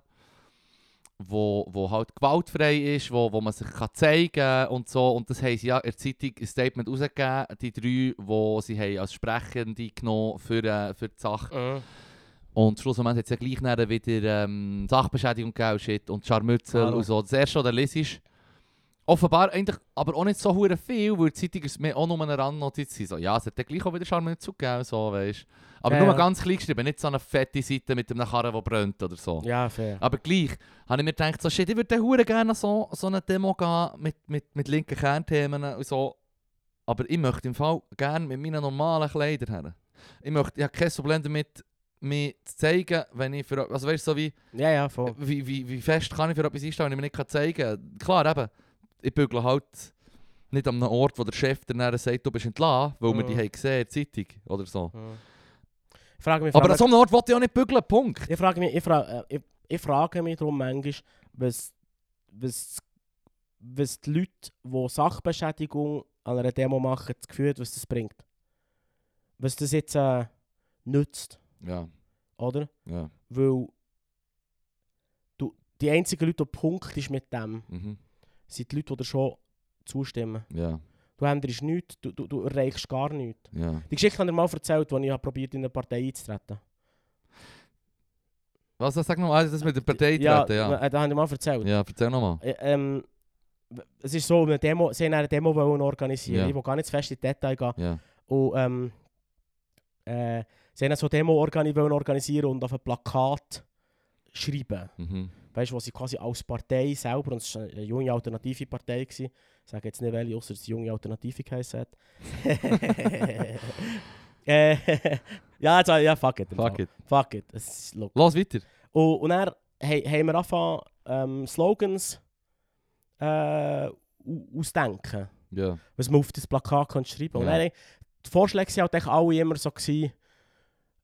wo, wo halt gewaltfrei ist, wo, wo man sich kann zeigen kann und so. Und das haben sie ja in der Zeitung ein Statement rausgegeben, die drei, wo sie haben als Sprechende genommen für, äh, für die Sache. Und schlussendlich hat es ja gleich nachher wieder ähm, Sachbeschädigung gegeben und shit und Scharmützel
Hallo.
und so. Das erste, was du liest, offenbar eigentlich, aber auch nicht so hure viel, weil die Zeitung ist mir auch nur eine Randnotiz gewesen. so Ja, es hat dann gleich auch wieder Scharmützel gegeben, so, weißt Aber
Ja,
nur
ja.
ganz klein geschrieben, nicht so eine fette Seite mit einem Karren, der brennt oder so.
Ja, fair.
Aber gleich habe ich mir gedacht, so, shit, ich würde hure gerne so, so eine Demo gehen mit, mit, mit linken Kernthemen und so. Aber ich möchte im Fall gerne mit meinen normalen Kleidern her. ich möchte, ich habe kein Problem damit, mir zu zeigen, wenn ich für, also weißt du, so wie,
Ja, ja, voll.
wie, wie, wie fest kann ich für etwas einstehen, wenn ich mir nicht kann zeigen kann. Klar, eben, ich bügle halt nicht an einem Ort, wo der Chef dann nachher sagt, du bist entlassen, weil wir
Mhm.
dich haben gesehen in der Zeitung oder so.
Ich frage mich,
Äh. Aber an
frage,
so einem Ort wollte ich auch nicht bügeln, Punkt.
ich frage mich, ich frage, äh, ich, ich frage mich darum manchmal, was, was, was die Leute, die Sachbeschädigung an einer Demo machen, das Gefühl, haben, was das bringt. Was das jetzt äh, nützt,
Ja,
oder?
ja.
Weil du, die einzigen Leute, die Punkt ist mit dem,
Mhm.
sind die Leute, die dir schon zustimmen.
Ja,
Du änderst nichts, du, du, du erreichst gar nichts.
ja.
Die Geschichte habe ich dir mal erzählt, als ich habe probiert in eine Partei einzutreten
Was, sag nochmal, also das mit der Partei
ja,
treten, ja.
äh, Das habe ich mal erzählt.
Ja, erzähl nochmal.
Ä- Ähm, w- es ist so, eine Demo, sie haben eine Demo wollen organisieren.
Ja.
Ich will gar nicht zu fest in die Detail gehen.
Ja,
Und, ähm, äh, sie haben so eine Demo organi wollen organisieren und auf ein Plakat schreiben.
mhm.
Weißt du, was sie quasi als Partei selber, und es war eine junge alternative Partei, gewesen. ich sage jetzt nicht welche, außer dass die junge Alternative geheißen hat. äh, ja, jetzt, ja, fuck it. im
Fuck
Fall.
it.
Fuck it. Es ist lo-
Los, weiter.
Und, und dann he- haben wir angefangen, ähm, Slogans äh, au- ausdenken,
Ja,
was man auf das Plakat kann schreiben kann. Und
Ja.
dann, die Vorschläge waren halt echt alle immer so, gewesen,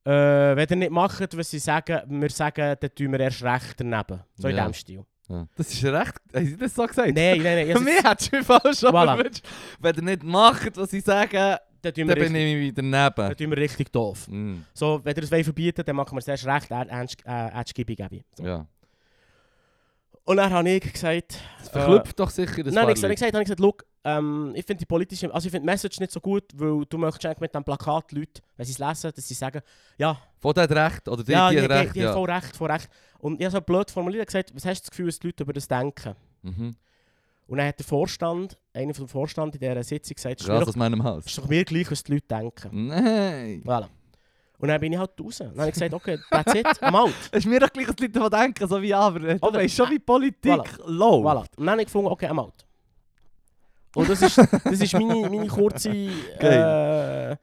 äh, wenn ihr nicht macht, was sie sagen, wir sagen, dann tun wir erst recht daneben. So in
Ja.
diesem Stil.
ja. Das ist recht, haben Sie das so gesagt?
Nein, nein, nein. Also,
Mir hat schon falsch schon
Voilà.
gewünscht. Wenn ihr nicht macht, was ich sage,
dann tun
dann
wir
bin
richtig,
ich wieder
dann
neben.
tun wir richtig doof.
Mhm.
So, wenn ihr es wollt verbieten dann machen wir es erst recht äh, ernst- äh, ernstgebig. So.
Ja.
Und dann habe ich gesagt,
Das verklüpft doch sicher das
Nein, ich habe gesagt, habe ich gesagt, look, ähm, ich finde die politische, also ich finde die Message nicht so gut, weil du möchtest eigentlich mit dem Plakat die Leute, wenn sie es lesen, dass sie sagen, ja,
Von der hat recht, oder die,
ja,
die
die,
hat recht,
die, die
ja.
hat voll recht, voll recht. Und ich habe so blöd formuliert gesagt, was hast du das Gefühl, was die Leute über das denken?
Mhm.
Und dann hat der Vorstand, einer vom Vorstand in dieser Sitzung gesagt, ist mir,
Gerade
doch,
aus meinem Haus.
ist doch mir gleich, was die Leute denken.
Nein.
Voilà. Und dann bin ich halt raus. Dann habe ich gesagt, okay, that's it, I'm out.
Es ist mir doch gleich, dass die Leute davon denken, so wie aber. Du
Oder-
weißt schon, wie Politik
Voilà.
läuft.
Voilà. Und dann habe ich gefunden, okay, I'm out. Oh, dus Und das ist, das ist meine, meine kurze äh,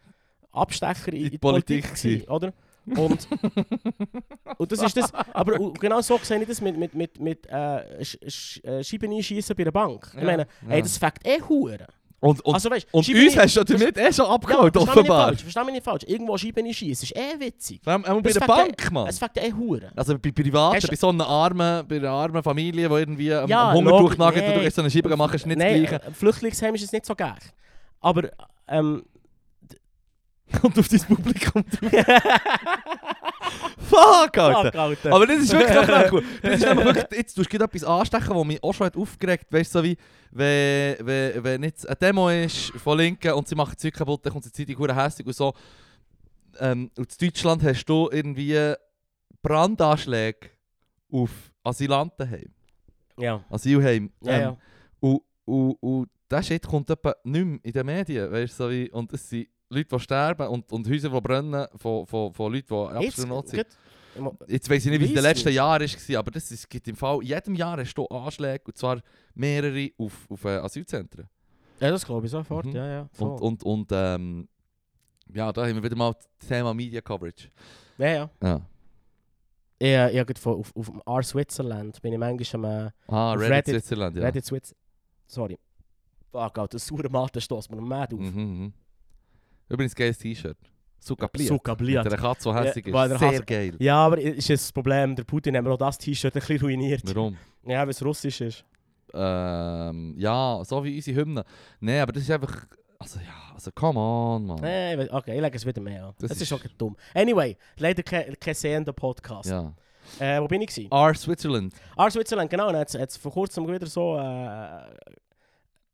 Abstecher in, in die Politik,
Politik
gewesen, oder? Und, und das ist das, aber u- genau so sehe ich das mit, mit, mit, mit äh, Sch Sch äh, Scheiben einschiessen bei der Bank. Ich
Ja,
meine,
ja.
hey, das fängt eh hure.
Und, und,
Also weißt,
und
Scheiben
uns
ein-
hast du damit eh schon abgeholt,
ja, versteh mich nicht
offenbar.
falsch, Versteh mich nicht falsch. Irgendwo Scheiben einschiessen ist eh witzig.
Vor allem auch bei
Das
der
fängt
Bank, Mann.
Es fängt eh hure.
Also bei Privaten,
Hast du-
bei so einer armen, bei einer armen Familie, die irgendwie am-
Ja,
am Hunger
logisch,
durchnagelt und du
nein.
gehst so eine Scheibe machen, ist nicht
Nein,
das Gleiche.
äh, Flüchtlingsheim ist es nicht so geil. Aber ähm,
Kommt auf dein Publikum drauf. Fuck, Alter.
fuck, Alter.
Aber das ist wirklich noch recht cool. Das ist nämlich wirklich, jetzt tust du gerade etwas anstechen, was mich auch schon hat aufgeregt hat. Weißt du, so wie, wenn, wenn, wenn jetzt eine Demo ist von Linken und sie machen Zeug kaputt, dann kommt die Zeitung hure hässig und so. Ähm, und in Deutschland hast du irgendwie Brandanschläge auf Asylantenheim.
Ja,
Asylheim.
ja,
Ähm,
ja.
Und, und, und der Shit kommt etwa nicht mehr in den Medien, weißt du, so wie, und es sind Leute, die sterben und, und Häuser, die brennen, von, von, von Leuten, die
Jetzt,
absolut not sind.
gut. Ich mo-
Jetzt weiß ich nicht, wie es in den
Weiss
letzten
nicht.
Jahren war, aber das ist, gibt im Fall, in jedem Jahr hast du Anschläge, und zwar mehrere auf, auf äh, Asylzentren.
Ja, das glaube ich sofort,
Mhm.
ja, ja.
Und,
Voll.
und, und ähm, ja, da haben wir wieder mal das Thema Media Coverage.
ja, ja.
Ja.
Ich, ich habe gerade von- auf, auf dem R Switzerland bin ich manchmal am äh,
Ah,
Auf
Reddit,
Reddit.
Switzerland, ja.
Reddit Swiss. Sorry. Fuck, Alter, das saure Maten stößt mir noch mad auf.
Mhm, mhm. Übrigens geiles T-Shirt. Sukabliert.
So kabliert.
Mit einer Katze, die hässig
Ja, weil
ist.
der
Sehr
Hase-
geil.
Ja, aber i- ist jetzt das Problem, der Putin hat mir auch das T-Shirt ein bisschen ruiniert.
Warum?
Ja, weil es russisch ist.
Ähm, ja, so wie unsere Hymne. Nein, aber das ist einfach. Also ja, also come on, Mann.
Nee, ich weiß- okay, ich lege es wieder mehr an.
Das
Das, ist
ist-
schon dumm. Anyway, leider kein ke sehender Podcast.
Ja.
Äh, wo bin ich? gewesen?
R Switzerland.
R Switzerland, genau. Und jetzt, jetzt vor kurzem wieder so. Äh,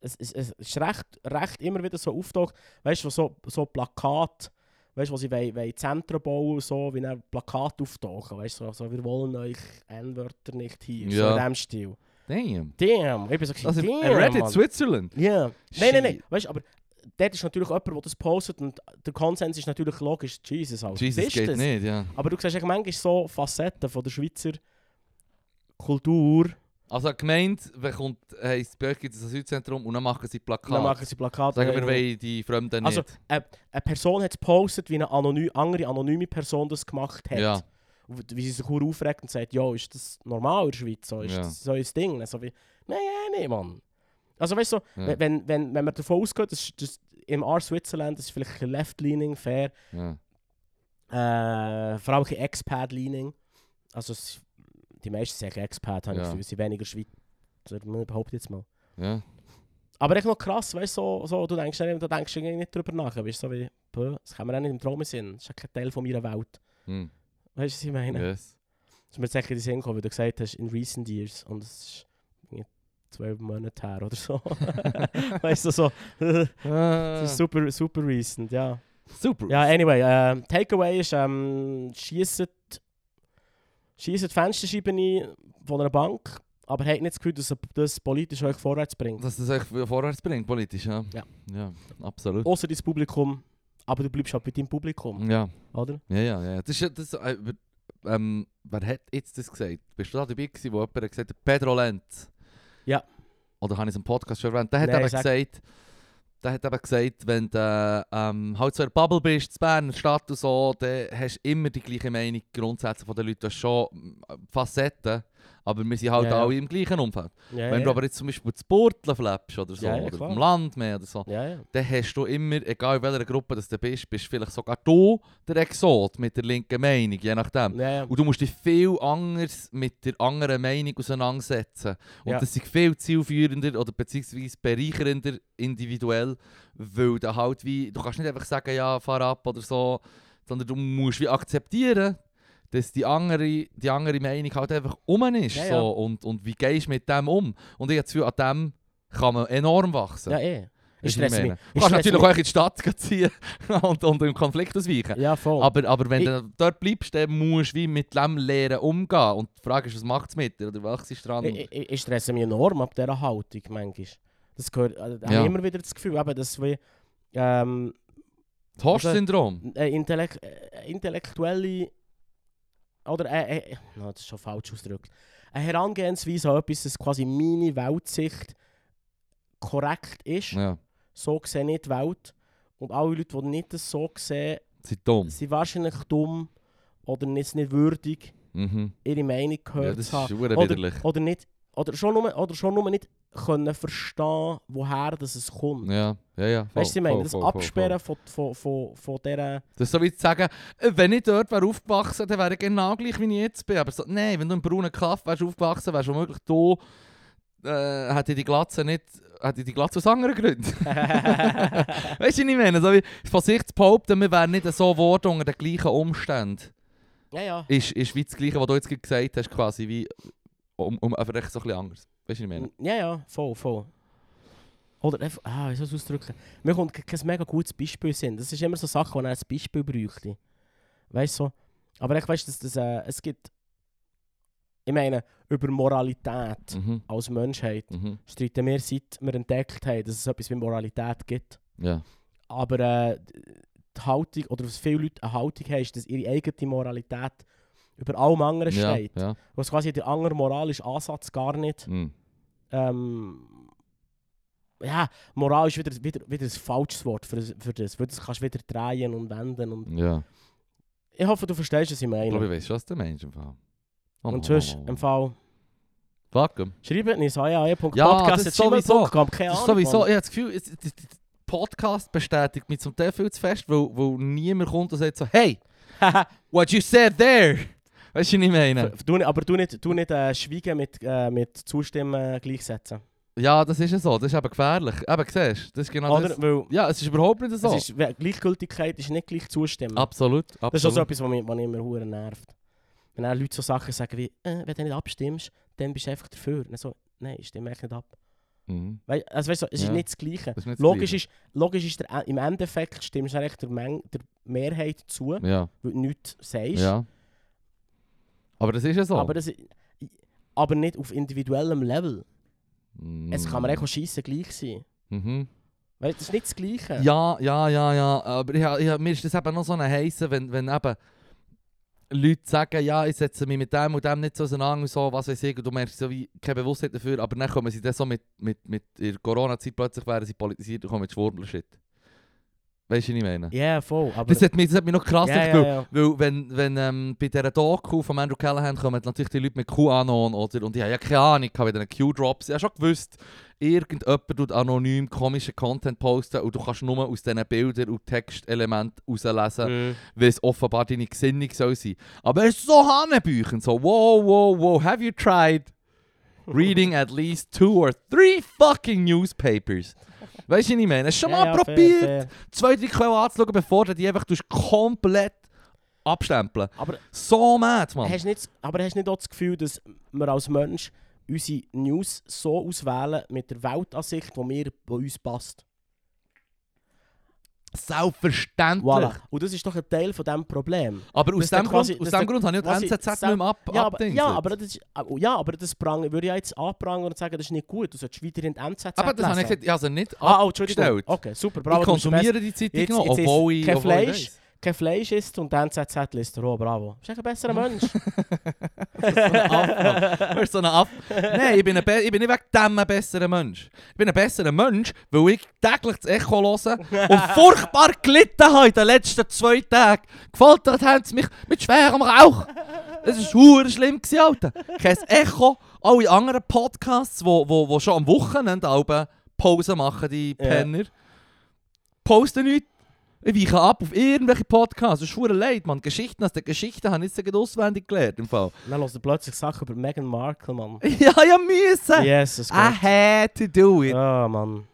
es, es, es ist recht, recht immer wieder so auftaucht. Weißt du, wo so, so Plakat, weißt du, wo sie wollen, wollen Zentren bauen und so, wie ein Plakat auftauchen. Weißt du, so, so, wir wollen euch N-Wörter nicht hier. So
Ja.
in dem Stil.
Damn.
Damn, ich bin so
Also
gewesen, damn,
Reddit
Mann.
Switzerland.
Ja. Nein, nein, nein.
Shit.
Weißt du, aber dort ist natürlich jemand, der das postet und der Konsens ist natürlich logisch. Jesus, Alter.
Jesus
ist
geht
das?
nicht, ja.
Aber du siehst echt manchmal so Facetten von der Schweizer Kultur,
Also die Gemeinde bekommt hey, Böcki das Asylzentrum und dann machen sie Plakate.
Dann machen sie Plakate.
Sagen wir, wollen die Fremden nicht.
Also, Eine Person hat es gepostet, wie eine anony andere anonyme Person das gemacht hat.
ja.
Und Wie sie sich verdammt aufregt und sagt, ja, ist das normal in der Schweiz? So, ist
Ja.
das so ein Ding? Also, wie, nein, nein, nein, Mann. Also weißt du, so,
Ja.
wenn, wenn, wenn, wenn man davon ausgeht, das, ist- das, im R Switzerland ist vielleicht ein bisschen left-leaning, fair,
ja.
äh, vor allem ein bisschen Expat-leaning. Also es, die meisten sagen Expat, habe ich
Ja.
das Gefühl, sind weniger Schweizer, man behauptet jetzt mal.
ja.
Aber echt noch krass, weißt du, so, so, du denkst, dann- da denkst du irgendwie nicht drüber nach. Weißt du, so wie, bö, das kann man auch nicht im Traum sehen. Das ist ja kein Teil von meiner Welt.
Hm.
Weißt du, was ich meine?
Yes.
Das ist mir tatsächlich in den Sinn gekommen, weil du gesagt hast, in recent years. Und es ist irgendwie zwölf Monate her oder so. weißt du, so, das ist super, super recent, ja.
Eh, super.
Ja, anyway, ähm, Takeaway ist, ähm, schiessen die Fensterscheiben ein von einer Bank, aber habt nicht das Gefühl, dass das politisch euch vorwärts bringt.
Dass das euch vorwärts bringt, politisch, ja.
Ja.
Ja, absolut.
Außer dein Publikum. Aber du bleibst halt bei deinem Publikum,
Ja,
oder?
ja, ja. ja. Das ist, ja- das, äh, über- ähm, wer hat jetzt das gesagt? Bist du da dabei gewesen, wo jemand gesagt hat, Pedro Lenz?
Ja.
Oder habe ich es im Podcast schon erwähnt? Der hat
Nein,
eben
sag.
gesagt, der hat eben gesagt, wenn du ähm, halt so in der Bubble bist, in Bern, in der Stadt und so, dann hast du immer die gleiche Meinung, die Grundsätze der Leute, du hast schon ähm, Facetten, aber wir sind halt
Ja, ja.
alle im gleichen Umfeld.
Ja,
Wenn du aber jetzt zum Beispiel zu Burteln lebst oder so,
Ja, ja,
oder
klar.
vom Land mehr oder so,
Ja, ja.
dann hast du immer, egal in welcher Gruppe das du bist, bist vielleicht sogar du der Exot mit der linken Meinung, je nachdem.
ja, ja.
Und du musst dich viel anders mit der anderen Meinung auseinandersetzen. Und
Ja.
das ist viel zielführender oder beziehungsweise bereichernder individuell, weil du halt wie, du kannst nicht einfach sagen, ja, fahr ab oder so, sondern du musst wie akzeptieren, dass die andere, die andere Meinung halt einfach um ist.
Ja,
so.
ja.
Und, und wie gehst du mit dem um? Und ich habe das Gefühl, an dem kann man enorm wachsen.
Ja, eh.
Weisst
Ich
du,
stresse
ich
mich.
meine? Du
Ich
kannst
stresse
natürlich
mich.
auch in die Stadt gehen ziehen und, und im Konflikt ausweichen.
Ja, voll.
Aber, aber wenn du dort bleibst, dann musst du wie mit dem Lehren umgehen. Und die Frage ist, was macht es mit dir? Oder wachst du dran?
ich, ich, ich stresse mich enorm ab dieser Haltung manchmal. Das gehört, also, da
Ja.
habe ich immer wieder das Gefühl, eben, dass wir ähm,
das Horst-Syndrom.
äh, Intellekt, äh, intellektuelle oder äh, äh, no, das ist schon falsch ausgedrückt. Eine Herangehensweise an etwas, das quasi meine Weltsicht korrekt ist.
Ja,
So sehe ich die Welt. Und alle Leute, die nicht das so sehen,
sind dumm.
sind wahrscheinlich dumm oder nicht, nicht würdig,
Mhm.
ihre Meinung
Ja,
gehört
das ist
zu haben.
verdammt
Oder,
widerlich.
oder, nicht, oder, schon nur, oder schon nur nicht können verstehen, woher das es kommt.
Ja, ja, ja. voll,
Weißt du, ich meine,
voll,
das
voll, voll,
Absperren von, von, von, von dieser.
voll. Das ist so wie zu sagen, äh, wenn ich dort wäre aufgewachsen, dann wäre ich genau gleich, wie ich jetzt bin. Aber so, nein, wenn du im braunen Kaff wärst aufgewachsen, wärst du womöglich du, äh, hätte ich die Glatze nicht, hätte ich die Glatze aus anderen Gründen. Weißt du, was ich meine? So wie von sich zu behaupten, wir wären nicht so geworden unter den gleichen Umständen,
ja, ja.
ist, ist wie das Gleiche, was du jetzt gerade gesagt hast, quasi wie. Um, um einfach echt so ein bisschen anders. Weißt du, was ich meine?
Ja, ja, voll, voll. Oder einfach, ah, wie soll ich es ausdrücken? Mir kommt ke- kein mega gutes Beispiel in den Sinn. Das ist immer so Sachen, die er als Beispiel bräuchte. Weißt du? So. Aber ich weiß, dass das, äh, es gibt. Ich meine, über Moralität
Mhm.
als Menschheit
Mhm.
streiten wir, seit wir entdeckt haben, dass es etwas wie Moralität gibt.
Ja.
Aber äh, die Haltung, oder was viele Leute eine Haltung haben, ist, dass ihre eigene Moralität über allem anderen
Ja.
steht.
ja.
Was quasi der andere moralische Ansatz gar nicht
Mhm.
ähm, ja, Moral ist wieder, wieder, wieder ein falsches Wort für, für das, weil das kannst du wieder drehen und wenden und
ja.
ich hoffe, du verstehst, was ich
Ich glaube,
meine.
ich weiß schon, was der Mensch im Fall. Oh,
Und sonst, im Fall,
Fuck 'em.
schreibt uns
Ja, das ist sowieso.
haya.podcast.gmail.com, keine
Das ist
Ahnung.
sowieso,
Mann.
ich habe das Gefühl, es- die- die- die- Podcast bestätigt mich zum Teil viel zu fest, weil, weil niemand kommt und sagt so, hey, what you said there. Weißt du, was ich meine?
F- Du, nicht- aber du nicht, du nicht äh, Schweigen mit, äh, mit Zustimmen gleichsetzen.
Ja, das ist ja so. Das ist eben gefährlich. Eben, siehst du, das ist genau
Oder?
das.
Weil
Ja, es ist überhaupt nicht so.
es ist, we- Gleichgültigkeit ist nicht gleich Zustimmen.
absolut, absolut.
Das ist auch so etwas, was mich, was mich immer hure nervt. Wenn dann Leute so Sachen sagen wie, äh, wenn du nicht abstimmst, dann bist du einfach dafür. Dann so, nein, ich stimme echt nicht ab.
Mhm.
Wei- also weißt du, es
Ja.
ist nicht das Gleiche.
Das ist nicht das
Logisch
Gleiche.
ist, logisch ist der, im Endeffekt stimmst du eigentlich der, Meng, der Mehrheit zu, weil
Ja,
du nichts sagst.
ja. Aber das ist ja so.
Aber, das, i- aber nicht auf individuellem Level.
Mhm.
Es kann mir echt auch scheiße gleich sein.
Mhm.
Weil das ist nicht das Gleiche.
Eh, Ja, ja, ja, ja. Aber ich, ha- ich, ha- mir ist das eben noch so ein heißer, wenn, wenn eben Leute sagen, ja, ich setze mich mit dem und dem nicht so auseinander und so, was weiß ich, und du merkst so wie keine Bewusstheit dafür, aber dann kommen sie dann so mit, mit, mit in der Corona-Zeit plötzlich werden sie politisiert und kommen mit Schwurbel-Shit. Weißt du, was ich meine?
Ja, yeah, voll. Aber
Das hat mich, das hat mich noch krass
Ja,
yeah,
ja, ja.
Weil, wenn, wenn ähm, bei dieser Doku von Andrew Callahan kommen natürlich die Leute mit QAnon oder, und ich habe ja keine Ahnung, ich habe diesen Q-Drops, ich habe schon gewusst, irgendjemand tut anonym komischen Content posten und du kannst nur aus diesen Bildern und Textelementen herauslesen,
Mhm.
weil es offenbar deine Gesinnung soll sein. Aber es ist so Hanebüchen, so wow, wow, wow, have you tried reading at least two or three fucking newspapers? Weißt du, was ich meine? Hast du schon
Ja,
mal
ja, fair,
probiert?
fair.
zwei, drei Quellen anzuschauen, bevor du die einfach tust komplett abstempeln.
Aber
So mad, Mann.
Hast du nicht, aber hast du nicht auch das Gefühl, dass wir als Mensch unsere News so auswählen mit der Weltansicht, die mir bei uns passt?
Selbstverständlich.
Voilà. Und das ist doch ein Teil von diesem Problem.
Aber aus
Das ist
dem,
quasi-
Grund, aus
das
dem
ist
Grund habe ich
quasi-
die NZZ nicht
das-
mehr ab,
Ja, aber,
abgedingselt.
ja, aber das, ist, au- ja, aber das prang, würde ich jetzt anprangern und sagen, das ist nicht gut. Du solltest weiter in die NZZ
Aber das habe ich
lesen.
gesagt, ich habe sie nicht
Ah, oh,
abgestellt.
Entschuldigung. Okay, super,
Ich
bravo. du bist besser.
konsumiere die Zeitung
Jetzt-
noch,
jetzt ist
obwohl ich...
kein
obwohl ich
Fleisch.
weiss.
Kein Fleisch isst und die NZZ liest. Oh, bravo. Du bist echt ein besserer Mensch.
Du bist so ein Aff. Nein, ich bin, ein be- ich bin nicht wegen dem ein besserer Mensch. Ich bin ein besserer Mensch, weil ich täglich das Echo höre und furchtbar gelitten habe in den letzten zwei Tagen. Gefoltert haben sie mich mit schwerem Rauch. Es war hure schlimm, gewesen, Alter. Kein Echo. Alle anderen Podcasts, die wo, wo, wo schon am Wochenende Alben Pause machen, die
Ja.
Penner, posten nichts. Ich weiche ab auf irgendwelche Podcasts. Das ist hure leid, Mann. Geschichten aus der Geschichte habe ich jetzt gerade auswendig gelernt. Im Fall.
Dann hörst du plötzlich Sachen über Meghan Markle, Mann.
Ja, ja, müssen.
Jesus
I
Gott.
had to do it.
Ah, Mann.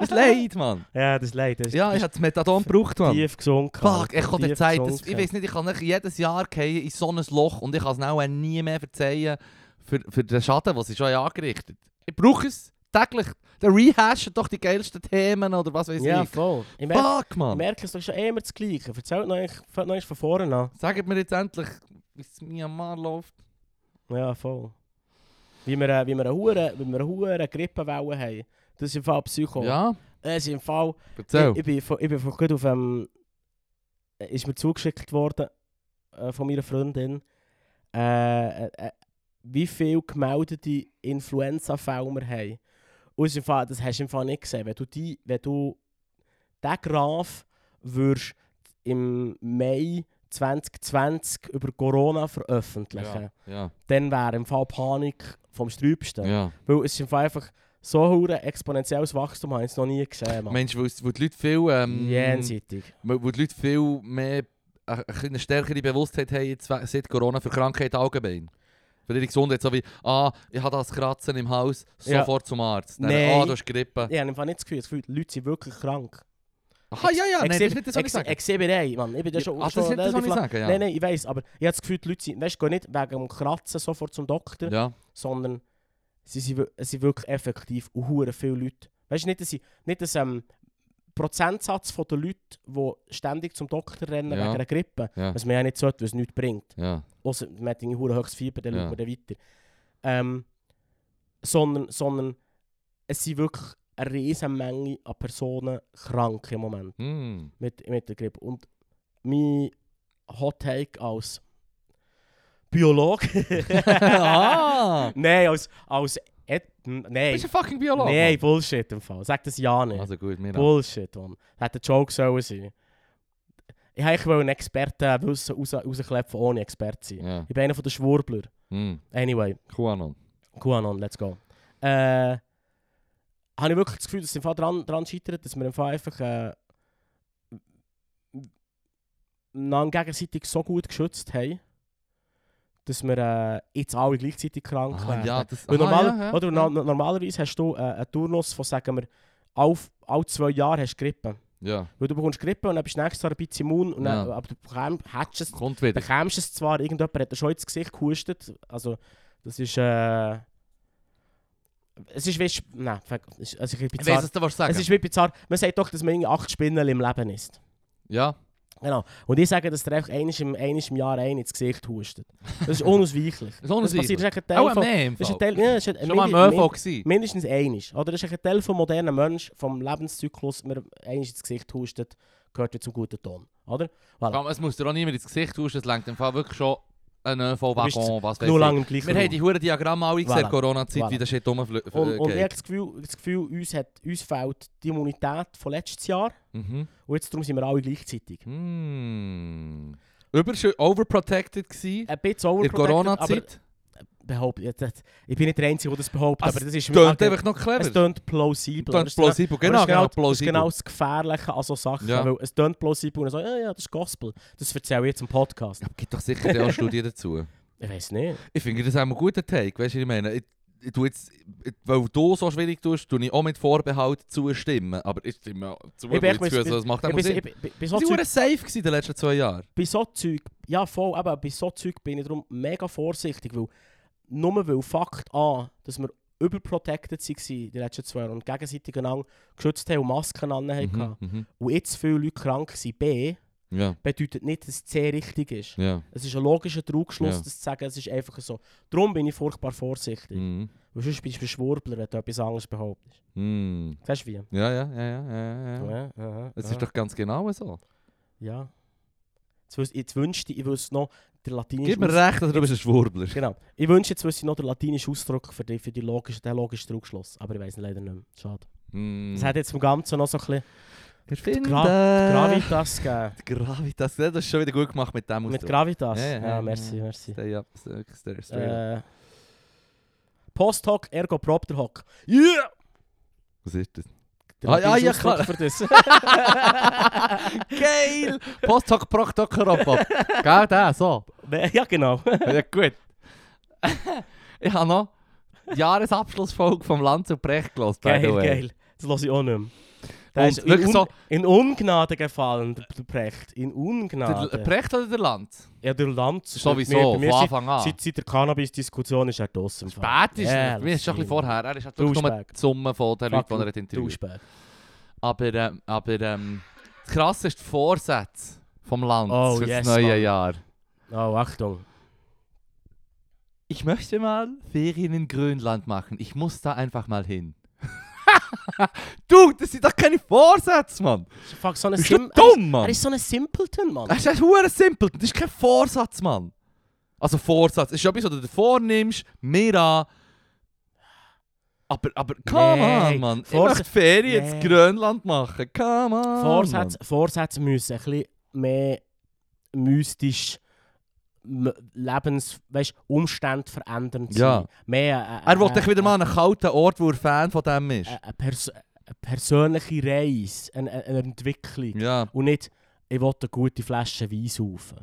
Es leid, Mann.
Ja, das ist leid. Das ist
Ja, ich habe das Methadon gebraucht, Mann.
tief gesunken.
Fuck, ich
Alter,
kann dir
tief
Zeit, das,
gesunken.
ich weiß nicht, ich kann nicht jedes Jahr fallen in so ein Loch und ich kann es auch nie mehr verzeihen für, für den Schaden, was sie schon haben angerichtet Ich brauche es täglich. Dann rehashen doch die geilsten Themen oder was weiß
Ja,
ich.
voll. Ich merke,
Fuck,
ich
Mann.
merke es ist schon immer das Gleiche. Erzählt noch, eigentlich- fällt noch eins von vorne an.
Sagt mir jetzt endlich, wie es Myanmar läuft.
Ja, voll. Wie wir, äh, wie wir eine hure, wie wir eine hure Grippewelle haben. Das ist im Fall Psycho.
Ja,
Das ist im Fall.
erzähl.
Ich, ich bin vor, ich bin vor kurzem auf ähm, äh, ist mir zugeschickt worden äh, von meiner Freundin, äh, äh, äh, wie viele gemeldete Influenza-Fälle wir haben. Und es ist im Fall, das hast du im Fall nicht gesehen. Wenn du, die, wenn du diesen Graph würdest im Mai 2020 über Corona veröffentlichen
ja,
dann wäre im Fall Panik vom Sträubsten.
ja.
Weil es ist im Fall einfach so hure exponentielles Wachstum, habe ich es noch nie gesehen. Mann.
Mensch, wo es- wo die Leute viel... Ähm,
Jenseitig.
Wo wo die Leute viel mehr äh, eine stärkere Bewusstheit haben jetzt we- seit Corona für Krankheit allgemein. Für ihre Gesundheit, so wie, ah, ich habe das Kratzen im Haus,
Ja.
sofort zum Arzt. Dann,
Nein.
Ah, du hast Grippe.
Ich habe im Fall nicht das Gefühl, das Gefühl, die Leute sind wirklich krank.
Aha, Ah, ja, ja, nein, das ist nicht das, was ich
Ex-
sage.
Exhibit A, Mann. Ich bin ja schon...
ah, das
schon
ist nicht das, was ich
relativ lang-
sage, ja.
Nein, nein, ich weiß, aber ich habe das Gefühl, die Leute sind, weißt du, gehen nicht wegen dem Kratzen sofort zum Doktor,
Ja,
sondern sie sind, wir- es sind wirklich effektiv und hure viele Leute. Weißt du, nicht, dass, sie, nicht, dass ähm, Prozentsatz von den Leuten, die ständig zum Doktor rennen
Ja.
wegen einer Grippe,
ja,
was man ja nicht sollte, weil es nichts bringt.
ja.
Ausser man hat irgendwie hure höchstes Fieber, dann
Ja.
schaut man dann weiter. Ähm, sondern, sondern es sind wirklich eine riesen Menge an Personen krank im Moment
Hm.
mit, mit der Grippe. Und mein Hot Take als Biologe.
ah!
Nein, als, als Et n- Nein.
Bist du ein fucking Biologe?
Nein, Bullshit im Fall. Sag das dus ja nicht.
Mann? Also gut, mir auch.
Bullshit, Mann. Das hätte ein Joke sollen sein. Ich wollte eigentlich einen Experten wissen, raus, rausklepfen, ohne Experte zu sein.
Ja.
Ich bin einer der Schwurbler.
Hm.
Anyway,
QAnon.
QAnon, let's go. Äh, habe ich wirklich das Gefühl, dass es im Fall dran, dran scheitert, dass wir im Fall einfach äh, einander gegenseitig so gut geschützt haben, dass wir äh, jetzt alle gleichzeitig krank
Ah,
werden.
ja, das...
Weil
aha,
normal,
ja, ja,
oder,
ja.
no- normalerweise hast du äh, einen Turnus von, sagen wir, alle, alle zwei Jahre hast du Grippe.
Ja,
Weil du bekommst Grippe und dann bist du nächstes Jahr ein bisschen immun, und dann,
Ja.
aber du bekäm, hättest es
kommt wieder.
bekommst es zwar, irgendjemand hat dir schon ins Gesicht gehustet, also das ist, äh... Es ist wie... Sp- Nein, fuck, es ist, also ein bisschen
Ich
bizarr.
weiss, was du willst sagen.
es ist wie bizarr. Man sagt doch, dass man irgendwie acht Spinnen im Leben ist.
Ja,
Genau. Und ich sage, dass der einfach einmal im, einmal im Jahr einen ins Gesicht hustet. Das ist unausweichlich.
ist unausweichlich.
Das passiert das ist ein Teil
auch
von...
mehr im
Das ist ein
Fall.
Teil... Ja, das ist ein,
Schon mal im
mindi-
ÖV gewesen.
Mindestens einig. Oder das ist ein Teil des modernen Menschen, vom Lebenszyklus, man einig ins Gesicht hustet, gehört ja zum guten Ton, oder? Voilà.
Komm, es muss dir auch niemand ins Gesicht husten, es lenkt im Fall wirklich schon ein
bist
ÖV-Wagon, was weiß
Nur
ich.
lange im gleichen
Wir haben die hohen Diagramme alle gesehen,
Voilà.
Corona-Zeit,
Voilà.
wie der Shit äh, rumfliegt.
Und, und ich habe das Gefühl, das Gefühl uns, hat, uns fehlt die Immunität von letztes Jahr
Mhm.
und jetzt darum sind wir alle gleichzeitig.
Hm. Überschön overprotected gsi
Ein bisschen
in der
Äh, overprotected, aber
Corona-Zeit.
behaupt, jetzt- jetzt- ich bin nicht der Einzige, der das behauptet,
Also,
aber das ist
Das klingt einfach noch clever.
Es
Das
tönt plausibel.
klingt
Das ist genau-
plausibel,
aber das
genau,
ist genau,
genau
das ist genau
plausibel.
das Gefährliche an so Sachen.
Ja.
Weil es tönt plausibel und dann so, ja, ja, das ist Gospel. Das erzähle ich jetzt im Podcast.
Ja, aber gibt doch sicher dann auch Studien dazu.
Ich weiß nicht.
Ich finde das auch einen guten Take, weißt du, was ich meine, ich, ich tu jetzt, ich, weil du so schwierig tust, tue ich auch mit Vorbehalt zustimmen. Aber ich stimme auch zu,
Ich bin
weil ich
echt
das Gefühl,
mit-
so, das macht
Ich
auch
bin,
Sinn.
ich bin, bin- bin so
Sie
Zeug-
waren safe gewesen in den letzten zwei Jahren.
bei so Zeug, ja voll, eben, bei so Zeug bin ich darum mega vorsichtig, weil nur weil Fakt A, dass wir überprotected waren die letzten zwei Jahre und gegenseitig einander geschützt haben und Masken an haben
Mhm,
gehabt
mhm.
und jetzt viele Leute krank sind, B,
Ja,
bedeutet nicht, dass C richtig ist.
ja.
Es ist ein logischer Trugschluss,
Ja.
das zu sagen, es ist einfach so. Darum bin ich furchtbar vorsichtig.
Mhm.
Weil sonst bist du Schwurbler, wenn du etwas anderes behauptest.
Mhm.
Weißt du wie?
Ja, ja, ja, ja, ja, ja, ja.
Ja, ja,
Es
ja.
ist doch ganz genau so.
Ja. Jetzt wüs- Jetzt wünschte ich, ich wüsste noch den
Gib
latinischen
mir recht, oder du bist ein Schwurbler.
Genau. Ich wünsche jetzt wüsste ich noch den latinischen Ausdruck für, die, für die logische, den logischen Trugschluss. Aber ich weiß ihn leider nicht mehr. Schade.
Mhm.
Es hat jetzt im Ganzen noch so ein bisschen
Wir finden...
Gra-
Äh.
Gravitas gegeben.
Die Gravitas, das ist schon wieder gut gemacht mit dem
Mit
Ausdruck.
Gravitas.
Ja,
Ja,
ja, ja.
merci, merci.
Stay up, stay, stay, up.
Äh, Post hoc ergo propter hoc. Yeah!
Was ist das?
Der
Ah, ja,
latinische
ja, klar.
Ausdruck Für das.
Geil! Post hoc proc hoc robot. Gell, der, so.
Nee, ja, genau.
Ja, gut. ich habe noch die Jahresabschlussfolge vom Land zu Brecht gelesen, by
Geil,
the way.
geil. Das lasse ich auch nicht mehr. Der
Und
ist in,
wirklich
Un
so-
in Ungnade gefallen, der der Precht. In
Der, der
Ungnade.
Brecht oder der Land?
Ja, der Land.
Sowieso, von
seit,
Anfang an.
seit, seit der Cannabis-Diskussion ist er draussen. im Fall.
Spät ist
Ja,
er. Mir ist schon ein bisschen
das ist-
vorher. Er ist halt wirklich nur
Duschbag.
die Summe von den Leuten,
Fuck,
die er hat interviewt
Duschbag.
Aber, ähm, aber ähm, das Krasse ist die Vorsätze vom Land
Oh,
für
yes,
das neue
Mann.
Jahr.
Oh, Achtung.
Ich möchte mal Ferien in Grönland machen. Ich muss da einfach mal hin. du, das sind doch keine Vorsätze, Mann.
Fuck, so ein
Bist du
Sim
dumm,
er
Mann? Ah,
ist so ein Simpleton, Mann.
Das ist ein hure simpel. Das ist kein Vorsatz, Mann. Also Vorsatz. Es ist etwas, was du dir vornimmst, mir an. Aber, aber, come
Nee,
on, Mann. Ich
Vorsatz-
möchte Ferien
Nee.
in Grönland machen. Come on,
Vorsätze, Vorsätze müssen ein bisschen mehr mystisch m- Lebens, weißt, Umstände verändernd
Ja.
sein. Mehr, äh,
Mann. Er will
äh,
dich wieder mal an einen kalten Ort, wo er Fan von dem ist.
äh, eine, pers eine persönliche Reise, eine, eine eine Entwicklung.
Ja.
Und nicht, ich will eine gute Flasche Wein saufen.